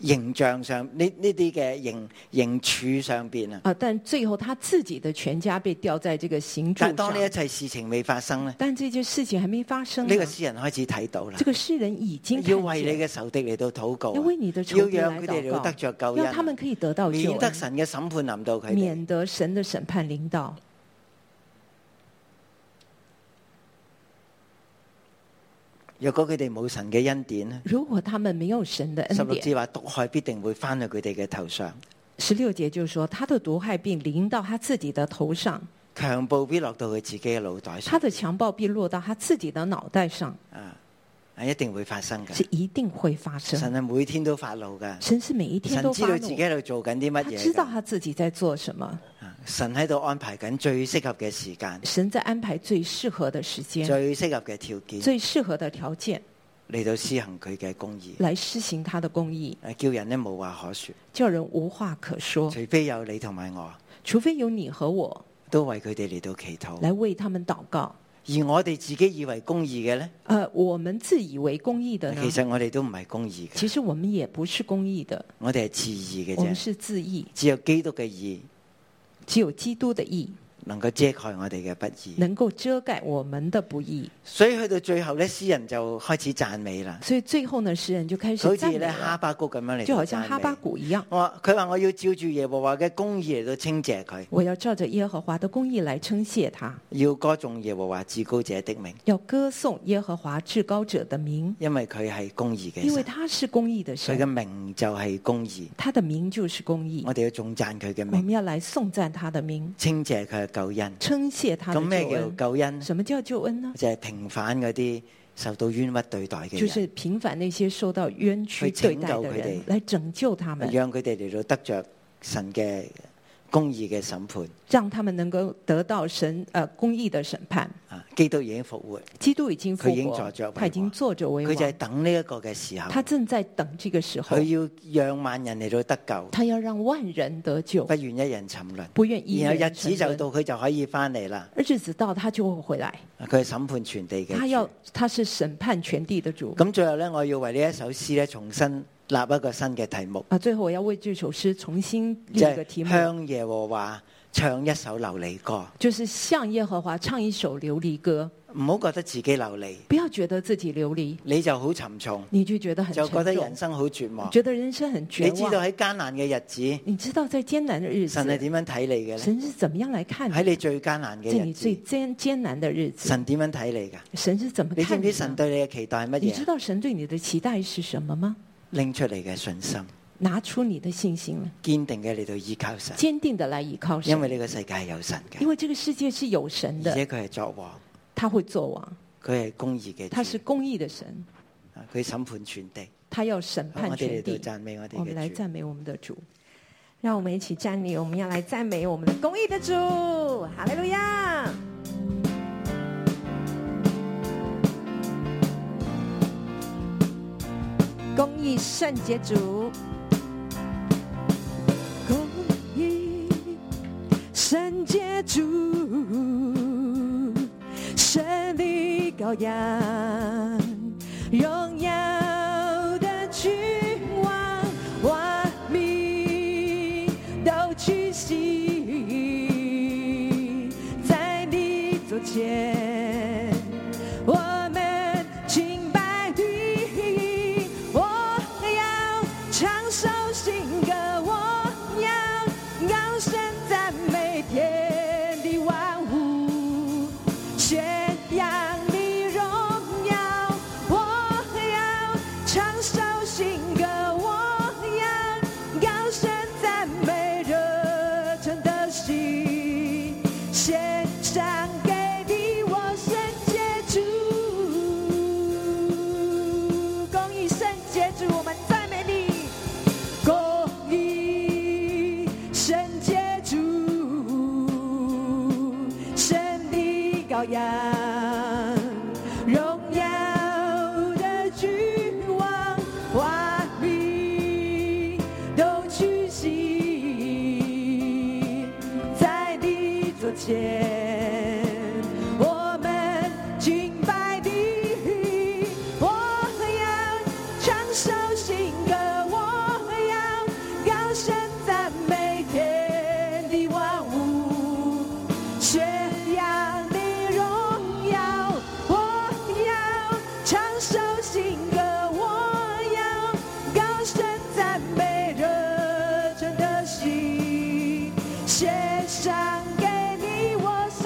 B: 形象上，呢呢啲嘅形形柱上边啊。
C: 啊，但最后他自己的全家被吊在这个刑柱
B: 但係
C: 上。
B: 當呢一切事情未發生咧，
C: 但这件事情还没发生呢
B: 呢個詩人開始睇到啦
C: 这，个诗人已经
B: 要
C: 看
B: 為
C: 见
B: 你嘅仇敵嚟到禱告啊
C: 要為你的，仇
B: 要
C: 敵
B: 讓佢
C: 嚟
B: 哋嚟到
C: 禱告
B: 得着救
C: 让他们
B: 恩，
C: 可以得到救
B: 免得
C: 恩，
B: 神嘅審判臨到佢哋。
C: 免得神的审判临到。
B: 若果佢哋冇神嘅恩典咧，
C: 如果他们没有神的
B: 十
C: 恩
B: 六節
C: 典，
B: 話毒害必定會翻到佢哋嘅頭上，
C: 十六节就说他的毒害病临到他自己的头上，
B: 強暴必落到佢自己嘅腦袋上
C: 他。的强暴必落到他自己的脑袋上。
B: 啊，係一定會發生
D: 是
B: 嘅。
D: 一定会发生。
B: 神係每天都發怒嘅，
D: 神是每一天
B: 神
D: 都
B: 知
D: 发
B: 道自
D: 怒
B: 己，喺度做緊啲乜
D: 他知
B: 嘢
D: 道
B: 㗎。
D: 他自己在做什么。
B: 神喺度安排緊最適合嘅時間、
D: 神在安排最适合的时间、
B: 最適合嘅條件
D: 最适合的条件
B: 嚟到施行佢嘅公義，
D: 来施行他的公义，
B: 誒叫人呢無話可説，
D: 叫人无话可说。
B: 除非有你同埋我
D: 除非有你和我
B: 都為佢哋嚟到祈禱。
D: 来为他们祷告。
B: 而我哋自己以為公義嘅呢，
D: 呃，我们自以为公义的呢，
B: 其實我哋都唔係公義
D: 其
B: 嘅，
D: 实我们也不是公义的，
B: 我哋係自義嘅
D: 我们
B: 啫。
D: 是自义。
B: 只有基督嘅義
D: 只有基督的义
B: 能夠遮蓋我哋嘅不義。
D: 能够遮盖我们的不义。
B: 所以去到最後呢，詩人就開始讚美啦，
D: 所以最后呢，诗人就开
B: 佢好
D: 始
B: 似
D: 赞美
B: 咧哈
D: 了，
B: 巴谷咁樣嚟
D: 就好
B: 到
D: 像哈
B: 讚
D: 巴
B: 美。
D: 谷一样，
B: 我話佢話我要照住耶和華嘅公義嚟到稱謝佢，
D: 我要照着耶和华的公义来称谢他，
B: 要歌頌耶和華至高者的名，
D: 要歌颂耶和华至高者的名，
B: 因為佢係公義嘅
D: 因为
B: 神，
D: 他是公义的
B: 佢嘅
D: 神，
B: 名就係公義。
D: 他的名就是公义。
B: 我哋要重讚佢嘅
D: 我
B: 名，
D: 们要来颂赞他的名，
B: 稱謝佢嘅救恩。
D: 称谢他
B: 咁
D: 的
B: 咩
D: 救
B: 叫
D: 恩。
B: 救恩？
D: 什么叫救恩呢？
B: 就係平反嗰啲受到冤屈對待
D: 就
B: 嘅人，
D: 是平反那些受到冤屈对待的
B: 去拯救
D: 人
B: 佢，哋
D: 来拯救他们，
B: 讓佢哋嚟到得着神嘅公義嘅審判。
D: 让他们能够得到神呃公义的审判。
B: 啊，基督已經復活，
D: 基督已经复
B: 佢已經
D: 活
B: 坐着為，王
D: 他已经坐着为
B: 佢就係
D: 王，
B: 等呢一個嘅時候，
D: 他正在等这个时候，
B: 佢要讓萬人嚟到得救，
D: 他要让万人得救
B: 不，願一人沉淪。
D: 不愿一
B: 然後日
D: 人
B: 子
D: 沉
B: 就
D: 沦
B: 到，。佢就可以翻嚟啦。
D: 而日子到，他就会回来，
B: 佢係審判全地嘅
D: 他要
B: 主。
D: 他是审判全地的主。
B: 咁最後咧，我要為呢一首詩咧，重新立一個新嘅題目，
D: 啊，最后我要为这首诗重新立
B: 就
D: 一个题
B: 係
D: 目，
B: 向耶和華唱一首流離歌。
D: 就是向耶和华唱一首琉璃歌。
B: 唔好覺得自己流離，
D: 不要觉得自己琉璃，
B: 你就好沉重，
D: 你就觉得很
B: 就
D: 沉
B: 覺
D: 重，
B: 得人生好絕望。
D: 觉得人生很
B: 你
D: 绝
B: 知道
D: 望。
B: 喺艱難嘅日子，
D: 你知道在艰难的日子
B: 神，係點樣睇你嘅咧？
D: 神是怎么样来看你
B: 喺你最艱難
D: 在
B: 嘅
D: 你
B: 日
D: 最
B: 子，
D: 艰艰难的日子，
B: 神點樣睇你㗎？
D: 神是怎么
B: 你知
D: 看
B: 唔
D: 你
B: 知
D: 呢？
B: 神對你嘅期待係乜
D: 你知
B: 嘢？
D: 道神对你的期待是什么吗？
B: 拎出嚟嘅信心，
D: 拿出你的信心来，
B: 堅定嘅嚟到依靠神，
D: 坚定的来依靠神，
B: 因為呢個世界係有神
D: 因
B: 嘅，
D: 为这个世界是有神
B: 而
D: 的，
B: 且佢係作王，
D: 他会做王，
B: 佢係公義嘅
D: 他是
B: 主，
D: 公义的神，
B: 啊佢審判全地。
D: 他要审
B: 好
D: 判
B: 我哋
D: 全
B: 嚟到
D: 地。
B: 讚美我哋
D: 我们来
B: 嘅主。
D: 赞美我们的主。
C: 让我们一起站立，我们要来赞美我们的公义的主，哈利路亚！公义圣洁主，公义圣洁主，神的羔羊，荣耀的君王，万民都屈膝在你左前，我们敬拜你，我要唱首新歌，我要高声赞美天地万物，宣扬你荣耀，我要唱首新歌，我要高声赞美热忱的心，献上给你我圣洁主，公益圣洁主，我们赞美你。公义圣洁主，神的羔羊，荣耀的君王，万民都屈膝在你左前，我们敬拜你，我要唱首新歌，我要高声赞美天地万物，宣扬你荣耀，我要唱首新歌，我要高声赞美热忱的心，献上给你我生。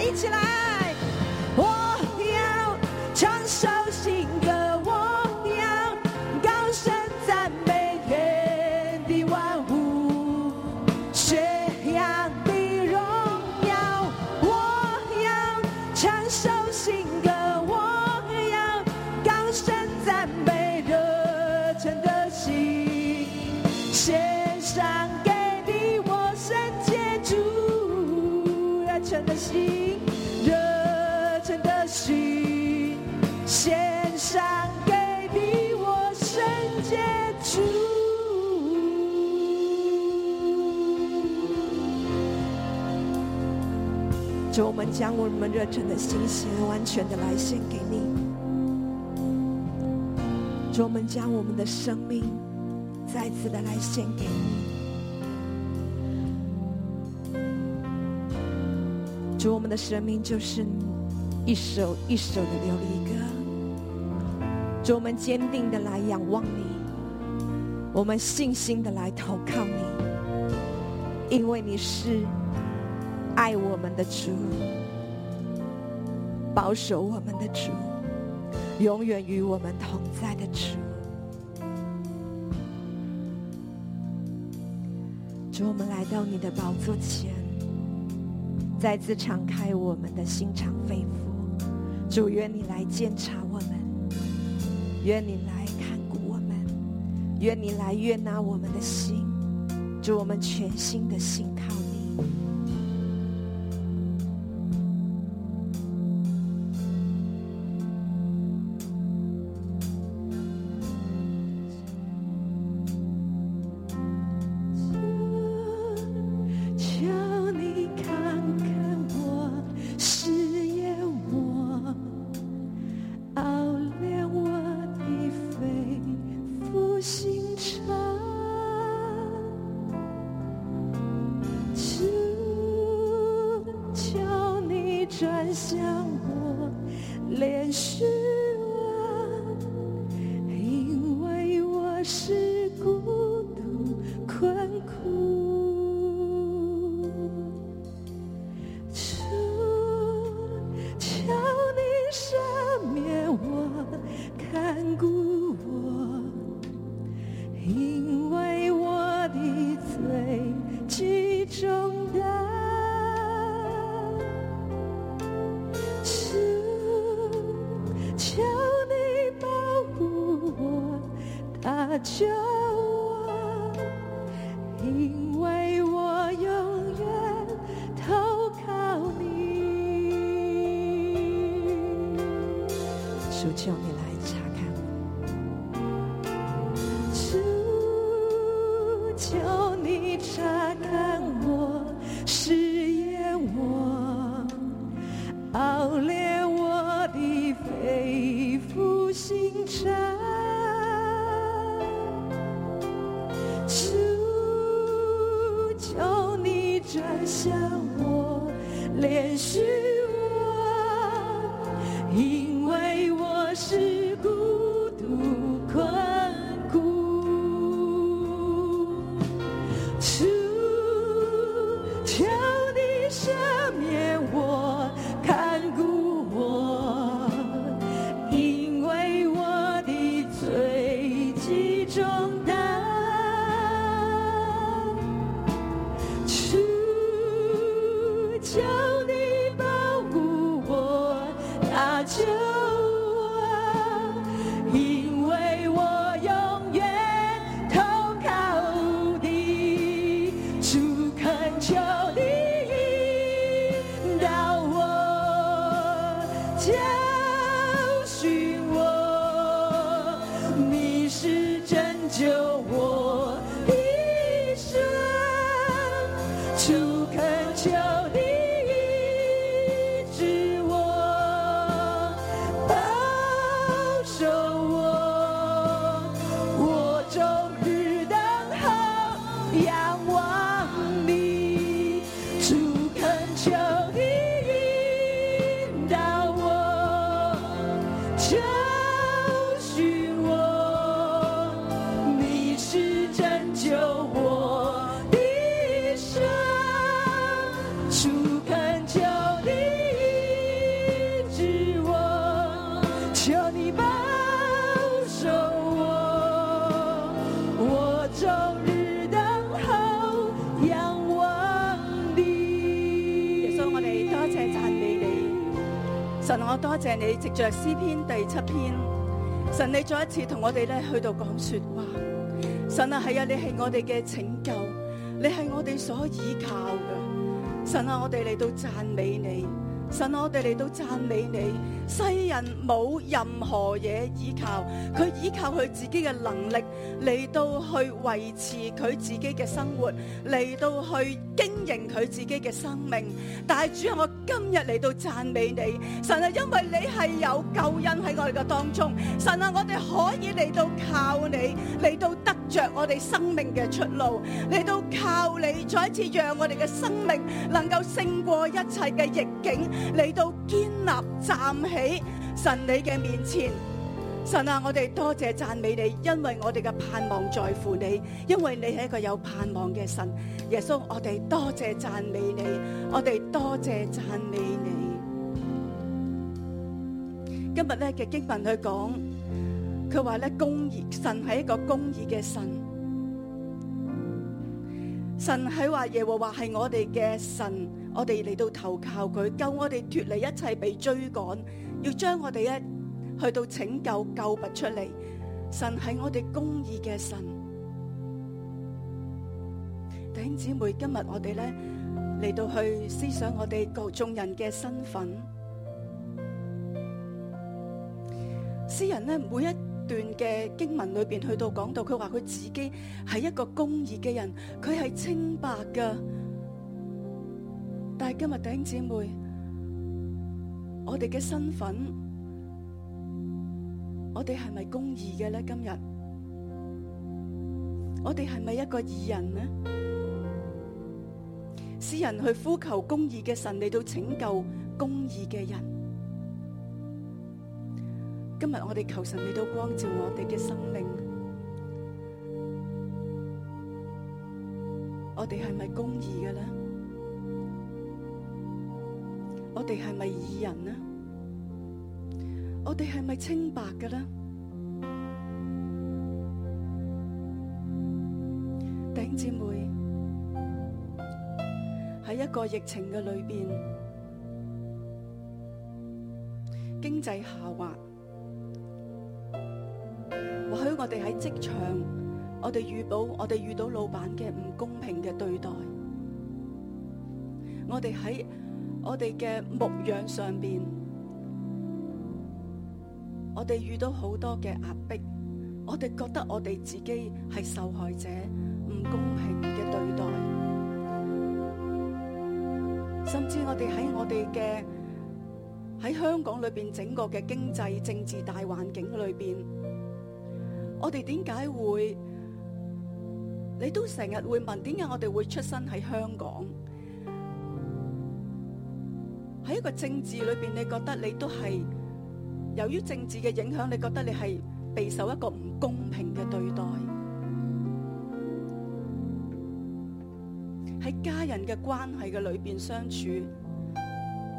C: 一起来！我要唱首新歌，我要高声赞美天地万物，宣扬你荣耀。我要唱首新歌，我要高声赞美热忱的心，献上给你我圣洁主热忱的心，热忱的心，献上给你我圣洁主。主，我们将我们热忱的心献完全的来献给你。主，我们将我们的生命再次的来献给你。主，我们的生命就是一首一首的琉璃歌。主，我们坚定的来仰望你，我们信心的来投靠你，因为你是爱我们的主，保守我们的主，永远与我们同在的主。主，我们来到你的宝座前，再次敞开我们的心肠肺腑。主，愿你来鉴察我们，愿你来看顾我们，愿你来悦纳我们的心。主，我们全心的信靠你。求你看看我，试验我，熬炼我的肺腑心肠。主，求你转向我，怜恤我，因为我是孤独困苦。主，求你赦免我，看顾我，因为我的罪极重大。主，求你保护我，搭救我，因为我永远投靠你。主，求你来查看我，主，求你查看我，试验我，熬炼我的肺腑心肠。主，求你转向我，怜恤我，因为我是孤独困苦。主，求你赦免我，看顾我，因为我的罪极重大。主，求你保护我，搭救我，因为我永远投靠你。主，恳求你引导我，教训我，你是拯救我一生。主恳求你医治我，保守我，我终日等候仰望你。主恳求你引导我，教训我，你是拯救我的神。主恳求你神，我多謝你藉着詩篇第七篇，神你再一次同我哋咧去到講說話。神啊，係啊，你係我哋嘅拯救，你係我哋所依靠嘅。神啊，我哋嚟到讚美你。神啊，我哋嚟到讚美你。世人冇任何嘢依靠，佢依靠佢自己嘅能力嚟到去維持佢自己嘅生活，嚟到去經營佢自己嘅生命。但係主啊，我今日嚟到讚美你，神啊，因為你係有救恩喺我哋嘅當中，神啊，我哋可以嚟到靠你，嚟到得着我哋生命嘅出路，嚟到靠你，再一次讓我哋嘅生命能夠勝過一切嘅逆境，嚟到堅立站起神你嘅面前。神啊，我哋多謝讚美你，因為我哋嘅盼望在乎你，因為你係一個有盼望嘅神。耶穌，我哋多謝讚美你，我哋多謝讚美你。今日咧嘅經文去講，佢話咧公義，神係一個公義嘅神。神喺話耶和華係我哋嘅神，我哋嚟到投靠佢，救我哋脱離一切被追趕，要將我哋咧去到拯救救拔出嚟。神係我哋公義嘅神。弟兄姊妹，今日我哋咧嚟到去思想我哋各眾人嘅身份。詩人咧每一段嘅經文裏邊去到講到，佢話佢自己係一個公義嘅人，佢係清白嘅。但係今日弟兄姊妹，我哋嘅身份，我哋係咪公義嘅咧？今日我哋係咪一個義人呢？詩人去呼求公義嘅神嚟到拯救公義嘅人。今日我哋求神嚟到光照我哋嘅生命，我哋係咪公義嘅呢？我哋係咪義人呢？我哋係咪清白嘅呢？弟兄姊妹，喺一個疫情嘅裏邊，經濟下滑。或許我哋喺職場，我哋遇到我哋遇到老闆嘅唔公平嘅對待，我哋喺我哋嘅牧養上邊，我哋遇到好多嘅壓迫，我哋覺得我哋自己係受害者，唔公平嘅對待，甚至我哋喺我哋嘅喺香港裏邊整個嘅經濟政治大環境裏邊。我哋點解會？你都成日會問點解我哋會出生喺香港？喺一個政治裏邊，你覺得你都係由於政治嘅影響，你覺得你係備受一個唔公平嘅對待。喺家人嘅關係嘅裏邊相處，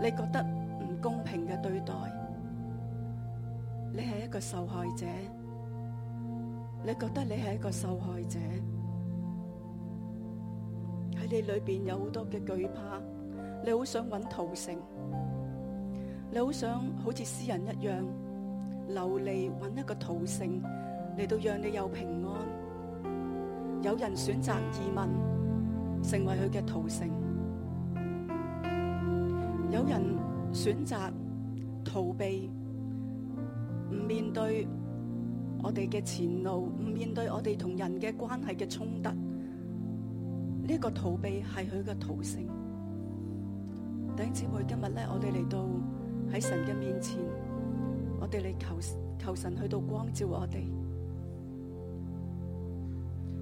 C: 你覺得唔公平嘅對待，你係一個受害者。你覺得你係一個受害者，喺你裏邊有好多嘅懼怕，你好想揾逃城，你好想好似詩人一樣流離揾一個逃城嚟到讓你有平安。有人選擇移民成為佢嘅逃城，有人選擇逃避，唔面對。我哋嘅前路唔面對我哋同人嘅關係嘅衝突，呢、這個逃避係佢嘅逃性。弟兄姊妹，今日咧，我哋嚟到喺神嘅面前，我哋嚟求求神去到光照我哋，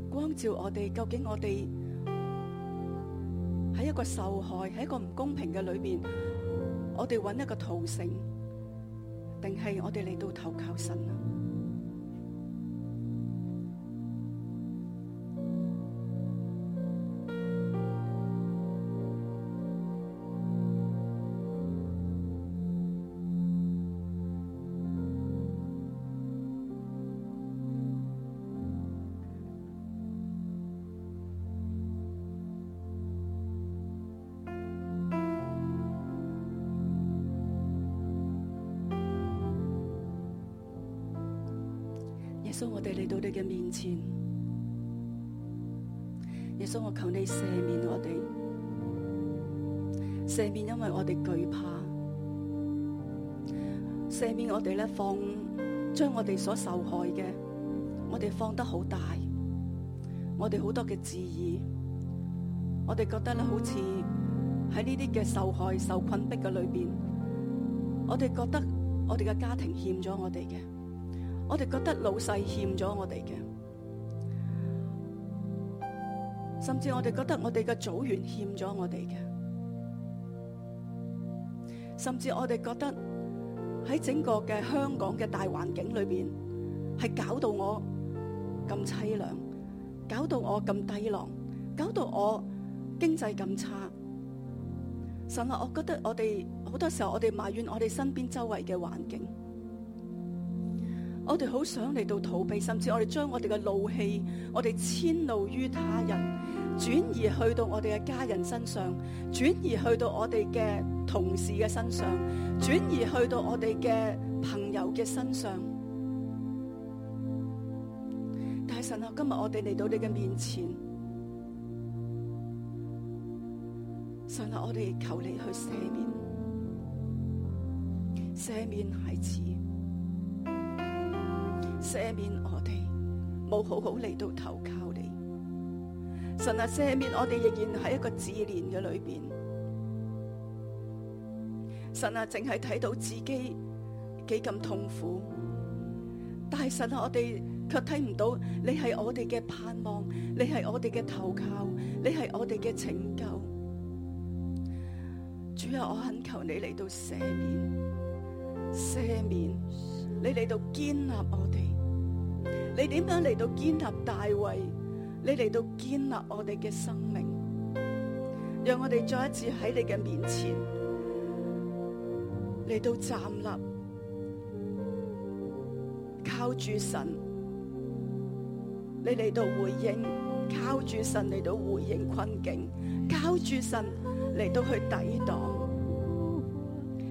C: 光照我哋究竟我哋喺一個受害喺一個唔公平嘅裏邊，我哋揾一個逃性，定係我哋嚟到投靠神啊？稣，我哋嚟到你嘅面前，耶稣，我求你赦免我哋，赦免因为我哋惧怕，赦免我哋咧放将我哋所受害嘅，我哋放得好大，我哋好多嘅自意，我哋觉得咧好似喺呢啲嘅受害、受困逼嘅里边，我哋觉得我哋嘅家庭欠咗我哋嘅。我哋覺得老細欠咗我哋嘅，甚至我哋覺得我哋嘅組員欠咗我哋嘅，甚至我哋覺得喺整個嘅香港嘅大環境裏邊，係搞到我咁凄涼，搞到我咁低落，搞到我經濟咁差。神啊，我覺得我哋好多時候我哋埋怨我哋身邊周圍嘅環境。我哋好想嚟到逃避，甚至我哋將我哋嘅怒氣，我哋遷怒於他人，轉移去到我哋嘅家人身上，轉移去到我哋嘅同事嘅身上，轉移去到我哋嘅朋友嘅身上。但係神啊，今日我哋嚟到你嘅面前，神啊，我哋求你去赦免，赦免孩子。赦免我哋冇好好嚟到投靠你。神啊，赦免我哋仍然喺一個自憐嘅裏边。神啊，淨係睇到自己幾咁痛苦，但係神啊，我哋卻睇唔到你係我哋嘅盼望，你係我哋嘅投靠，你係我哋嘅拯救。主啊，我懇求你嚟到赦免。赦免，你嚟到建立我哋，你點樣嚟到建立大衛？你嚟到建立我哋嘅生命，讓我哋再一次喺你嘅面前嚟到站立，靠住神，你嚟到回應，靠住神嚟到回應困境，靠住神嚟到去抵擋。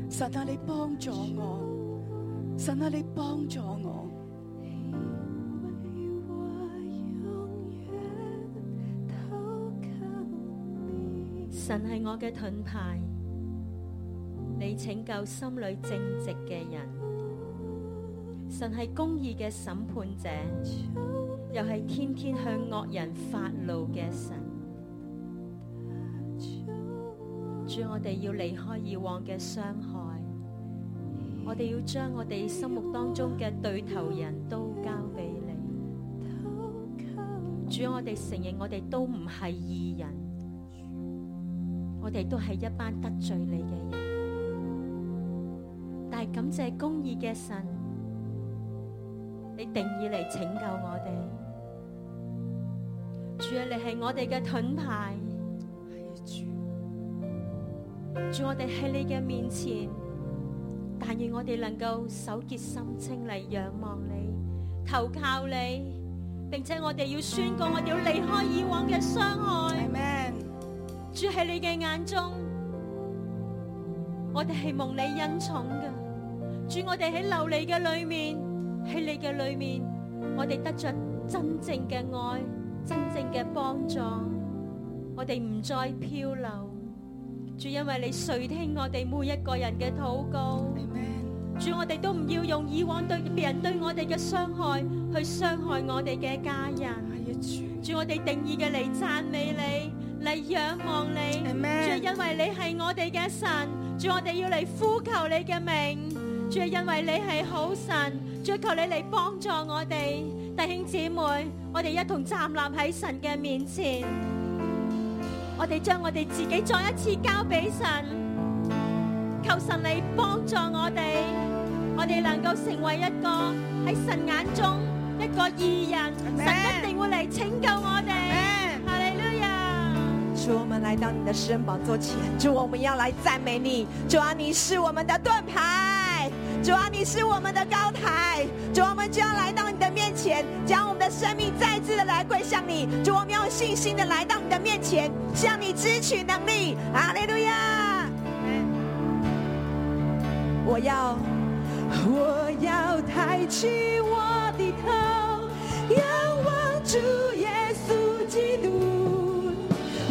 C: 神啊，你帮助我，神啊，你帮助我，
E: 神系我嘅盾牌，你拯救心里正直嘅人。神系公义嘅审判者，又系天天向恶人发怒嘅神。主，我哋要离开以往嘅伤害，我哋要将我哋心目当中嘅对头人都交俾你。主，我哋承认我哋都唔系义人。我哋都係一班得罪你嘅人。但係感謝公義嘅神，你定義嚟拯救我哋。主啊，你係我哋嘅盾牌。主，我哋喺你嘅面前，但願我哋能夠手潔心清嚟仰望你，投靠你，並且我哋要宣告，我哋要離開以往嘅傷害。
C: 阿 man，
E: 主喺你嘅眼中，我哋系蒙你恩宠嘅。主，我哋喺流离嘅里面，喺你嘅里面，我哋得着真正嘅爱，真正嘅帮助。我哋唔再漂流，主，因为你垂听我哋每一个人嘅祷告。
C: 阿 man，
E: 主，我哋都唔要用以往对别人对我哋嘅伤害去伤害我哋嘅家人。
C: 阿耶主，
E: 主，我哋定义嘅嚟赞美你，嚟仰望你。
C: 阿
E: 主，
C: man，
E: 因为你系我哋嘅神，主我哋要嚟呼求你嘅名，主因为你系好神，主求你嚟帮助我哋弟兄姊妹，我哋一同站立喺神嘅面前，我哋将我哋自己再一次交俾神，求神嚟帮助我哋，我哋能够成为一个喺神眼中一个义人，神一定会嚟拯救我哋，哈利路亚。
F: 主，我们来到你的施恩宝座前，主，我们要来赞美你。主啊，你是我们的盾牌，主啊，你是我们的高台。主啊，我们就要来到你的面前，将我们的生命再次的来归向你。主，我们要有信心的来到你的面前，向你支取能力。阿利路亚！我要，我要抬起我的头，
C: 仰望主耶稣基督，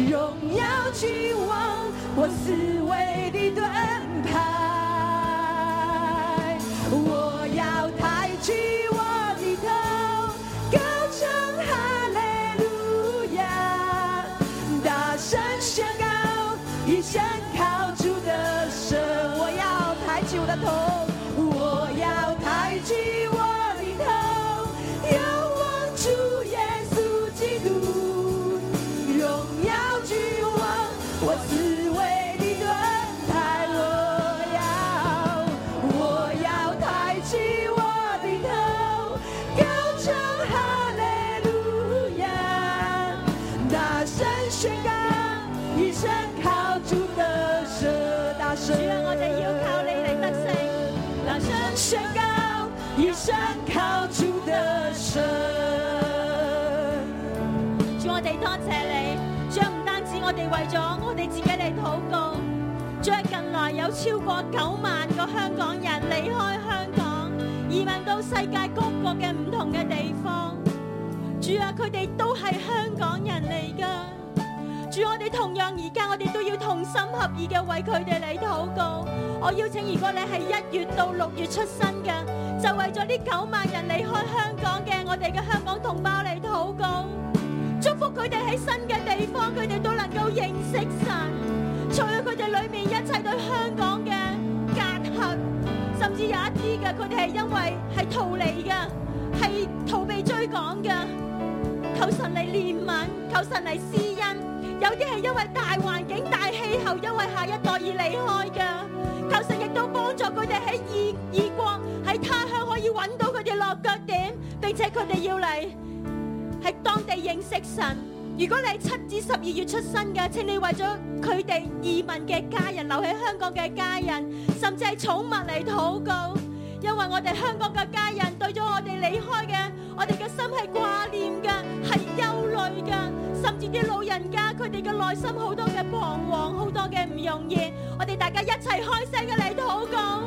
C: 荣耀君王，我思维的盾牌。我要抬起我的头，高唱哈利路亚，大声宣告，一生靠主的神。我要抬起我的头，我要抬起我的头，仰望主耶稣基督，荣耀君王，我思维的盾牌，我要，我要抬起我的头，高唱哈利路亚，大声宣告，一生靠主的舌，大声。
E: 主啊，我哋要靠你嚟得胜，
C: 大声宣告，一生靠主的神。
E: 主我哋多谢你，主啊唔單止我哋為咗我哋自己嚟禱告，主啊近來有超過九萬個香港人離開香港，移民到世界各國嘅唔同嘅地方，主啊佢哋都係香港人嚟㗎。主，我哋同樣而家我哋都要同心合意嘅為佢哋嚟禱告。我邀請，如果你係一月到六月出生嘅，就為咗呢九萬人離開香港嘅我哋嘅香港同胞嚟禱告，祝福佢哋喺新嘅地方，佢哋都能夠認識神，除去佢哋裏面一切對香港嘅隔阂，甚至有一啲嘅佢哋係因為係逃離嘅，係逃避追趕嘅。求神嚟憐憫，求神嚟施恩。有啲係因為大環境、大氣候，因為下一代而離開嘅。求神亦都幫助佢哋喺異異國、喺他鄉可以揾到佢哋落腳點，並且佢哋要嚟喺當地認識神。如果你係七至十二月出生嘅，請你為咗佢哋移民嘅家人、留喺香港嘅家人，甚至係寵物嚟禱告，因為我哋香港嘅家人對咗我哋離開嘅，我哋嘅心係掛念嘅，係憂慮嘅，甚至啲老人家佢哋嘅內心好多嘅彷徨，好多嘅唔容易。我哋大家一齊開聲嘅嚟禱告。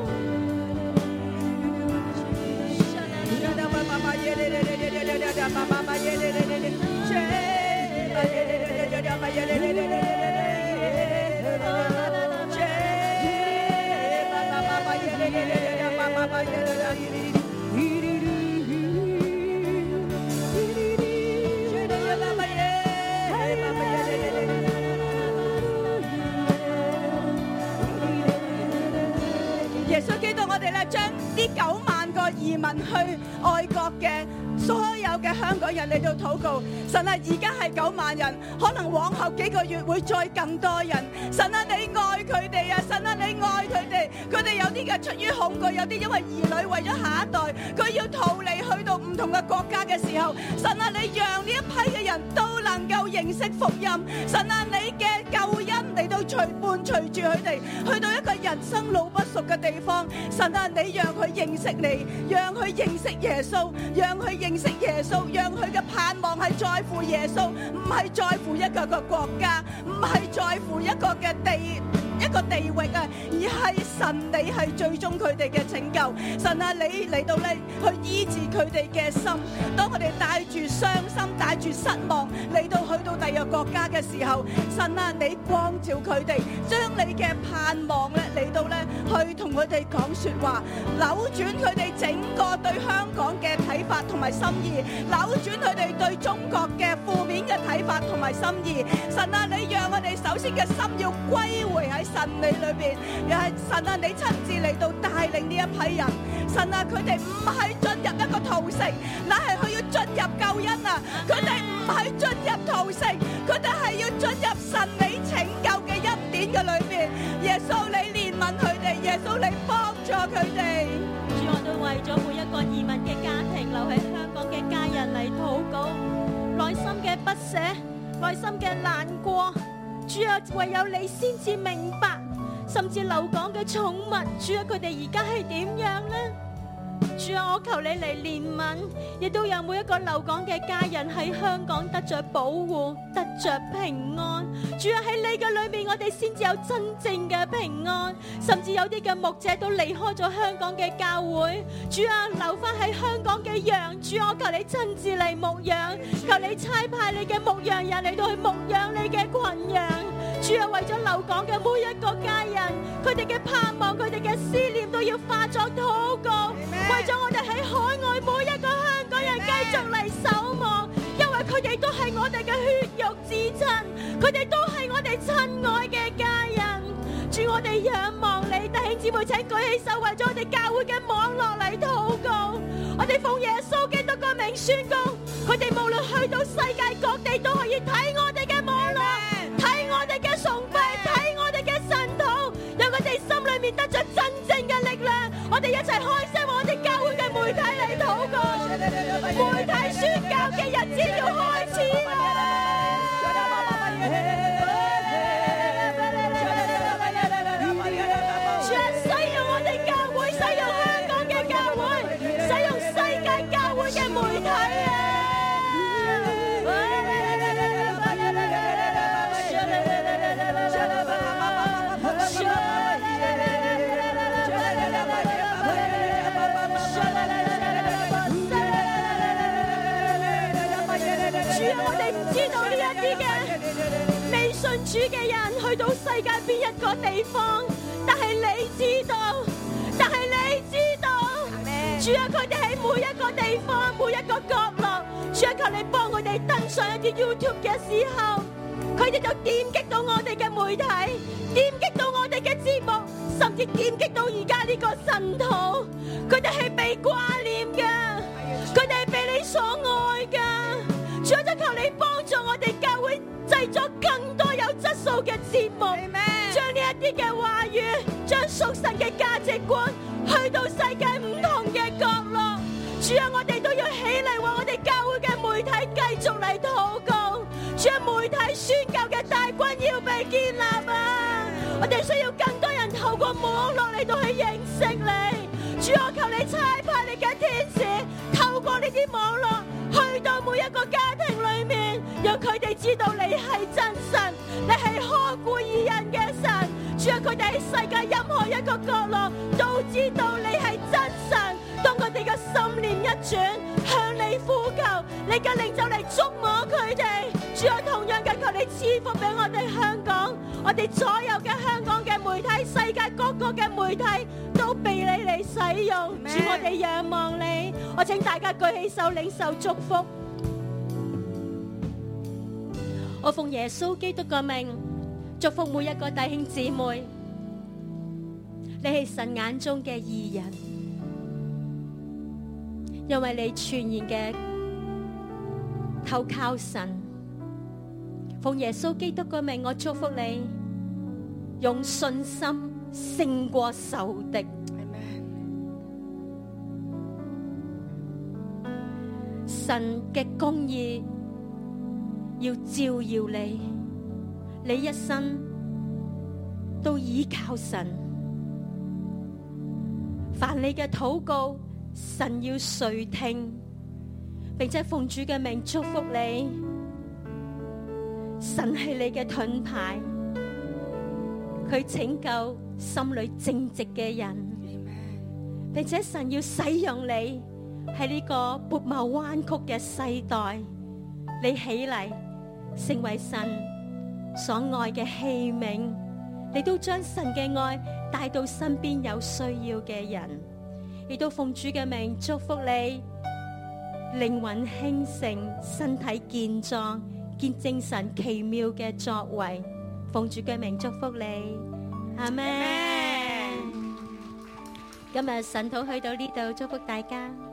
C: 耶穌基督，我哋咧將呢九萬個移民去外國嘅所有嘅香港人嚟到禱告，神啊，而家係九萬人，可能往後幾個月會再更多人。神啊，你愛佢哋啊，神啊，你愛佢哋。佢哋有啲嘅出於恐懼，有啲因為兒女為咗下一代，佢要逃離去到唔同嘅國家嘅時候，神啊，你讓呢一批嘅人都能夠認識福音。神啊，你嘅救恩嚟到隨伴隨住佢哋，去到一個人生路不熟嘅地方。神啊，你讓佢認識你，讓佢認識耶穌，讓佢認識耶穌，讓佢嘅盼望係在乎耶穌，唔係在乎一個個國家，唔係在乎一個嘅地。一個地域啊，而係神你係最終佢哋嘅拯救，神啊你嚟到咧去醫治佢哋嘅心。當我哋帶住傷心、帶住失望嚟到去到第二個國家嘅時候，神啊你光照佢哋，將你嘅盼望咧嚟到咧去同佢哋講説話，扭轉佢哋整個對香港嘅睇法同埋心意，扭轉佢哋對中國嘅負面嘅睇法同埋心意。神啊，你讓我哋首先嘅心要歸回喺神你裏邊，又係神啊，你親自嚟到帶領呢一批人。神啊，佢哋唔係進入一個逃城，乃係佢要進入救恩啊！佢哋唔係進入逃城，佢哋係要進入神你拯救嘅恩典嘅裏邊。耶穌你憐憫佢哋，耶穌你幫助佢哋。
E: 主，我哋為咗每一個移民嘅家庭留喺香港嘅家人嚟禱告，內心嘅不捨，內心嘅難過，主啊，唯有你先至明白，甚至留港嘅寵物，主啊，佢哋而家係點樣呢？主主啊，我求你嚟憐憫，亦都有每一個流港嘅家人喺香港得着保護，得着平安。主啊，喺你嘅裏面，我哋先至有真正嘅平安。甚至有啲嘅牧者都離開咗香港嘅教會。主啊，留翻喺香港嘅羊，主啊我求你親自嚟牧養，求你差派你嘅牧羊人嚟到去牧養你嘅群羊。主啊，為咗留港嘅每一個家人，佢哋嘅盼望，佢哋嘅思念都要化作禱告，為咗我哋喺海外每一個香港人繼續嚟守望，因為佢哋都係我哋嘅血肉至親，佢哋都係我哋親愛嘅家人。主，我哋仰望你，弟兄姊妹，請舉起手，為咗我哋教會嘅網絡嚟禱告。我哋奉耶穌基督嘅名宣告，佢哋無論去到世界各地都可以睇我哋嘅網絡，睇我哋嘅崇拜，睇我哋嘅神道，讓佢哋心裏面得着真正嘅力量。我哋一齊開聲，為我哋教會嘅媒體嚟禱告，媒體宣教嘅日子要開始啦！主啊，使用我哋教會，使用香港嘅教會，使用世界教會嘅媒體啊！主啊，我哋唔知道呢一啲嘅未信主嘅人去到世界邊一個地方，但係你知道，但係你知道，主啊，佢哋喺每一個地方、每一個角落，主啊，求你幫佢哋登上一啲 YouTube 嘅時候，佢哋就點擊到我哋嘅媒體，點擊到我哋嘅節目，甚至點擊到而家呢個神土，佢哋係被掛念嘅。佢哋係被你所愛噶。主啊，就求你幫助我哋教會製作更多有質素嘅節目，將呢一啲嘅話語，將屬神嘅價值觀去到世界唔同嘅角落。主啊，我哋都要起嚟為我哋教會嘅媒體繼續嚟禱告。主啊，媒體宣教嘅大軍要被建立啊！我哋需要更多人透過網絡嚟到去認識你。主，我求你差派你嘅天使，透過呢啲網絡去到每一個家庭裏面，讓佢哋知道你係真神，你係呵顧義人嘅神。主啊，佢哋喺世界任何一個角落都知道你係真神。當佢哋嘅心念一轉，向你呼求，你嘅靈就嚟觸摸佢哋。主啊，同樣嘅求你賜福俾我哋香港，我哋所有嘅香港嘅媒體、世界各個嘅媒體都被你嚟使用。主，我哋仰望你。我請大家舉起手領受祝福。我奉耶穌基督嘅名，祝福每一個弟兄姊妹。你係神眼中嘅義人。因为你全然嘅投靠神，奉耶稣基督嘅名，我祝福你，用信心胜过仇敌。神嘅公义要照耀你，你一生都倚靠神。凡你嘅祷告，神要垂听，并且奉主嘅名祝福你。神系你嘅盾牌，佢拯救心里正直嘅人，并且神要使用你喺呢个悖谬弯曲嘅世代，你起嚟成为神所爱嘅器皿，你都将神嘅爱带到身边有需要嘅人。亦都奉主嘅名祝福你，灵魂兴盛，身体健壮，见证神奇妙嘅作为。奉主嘅名祝福你，阿咩？今日神土去到呢度，祝福大家。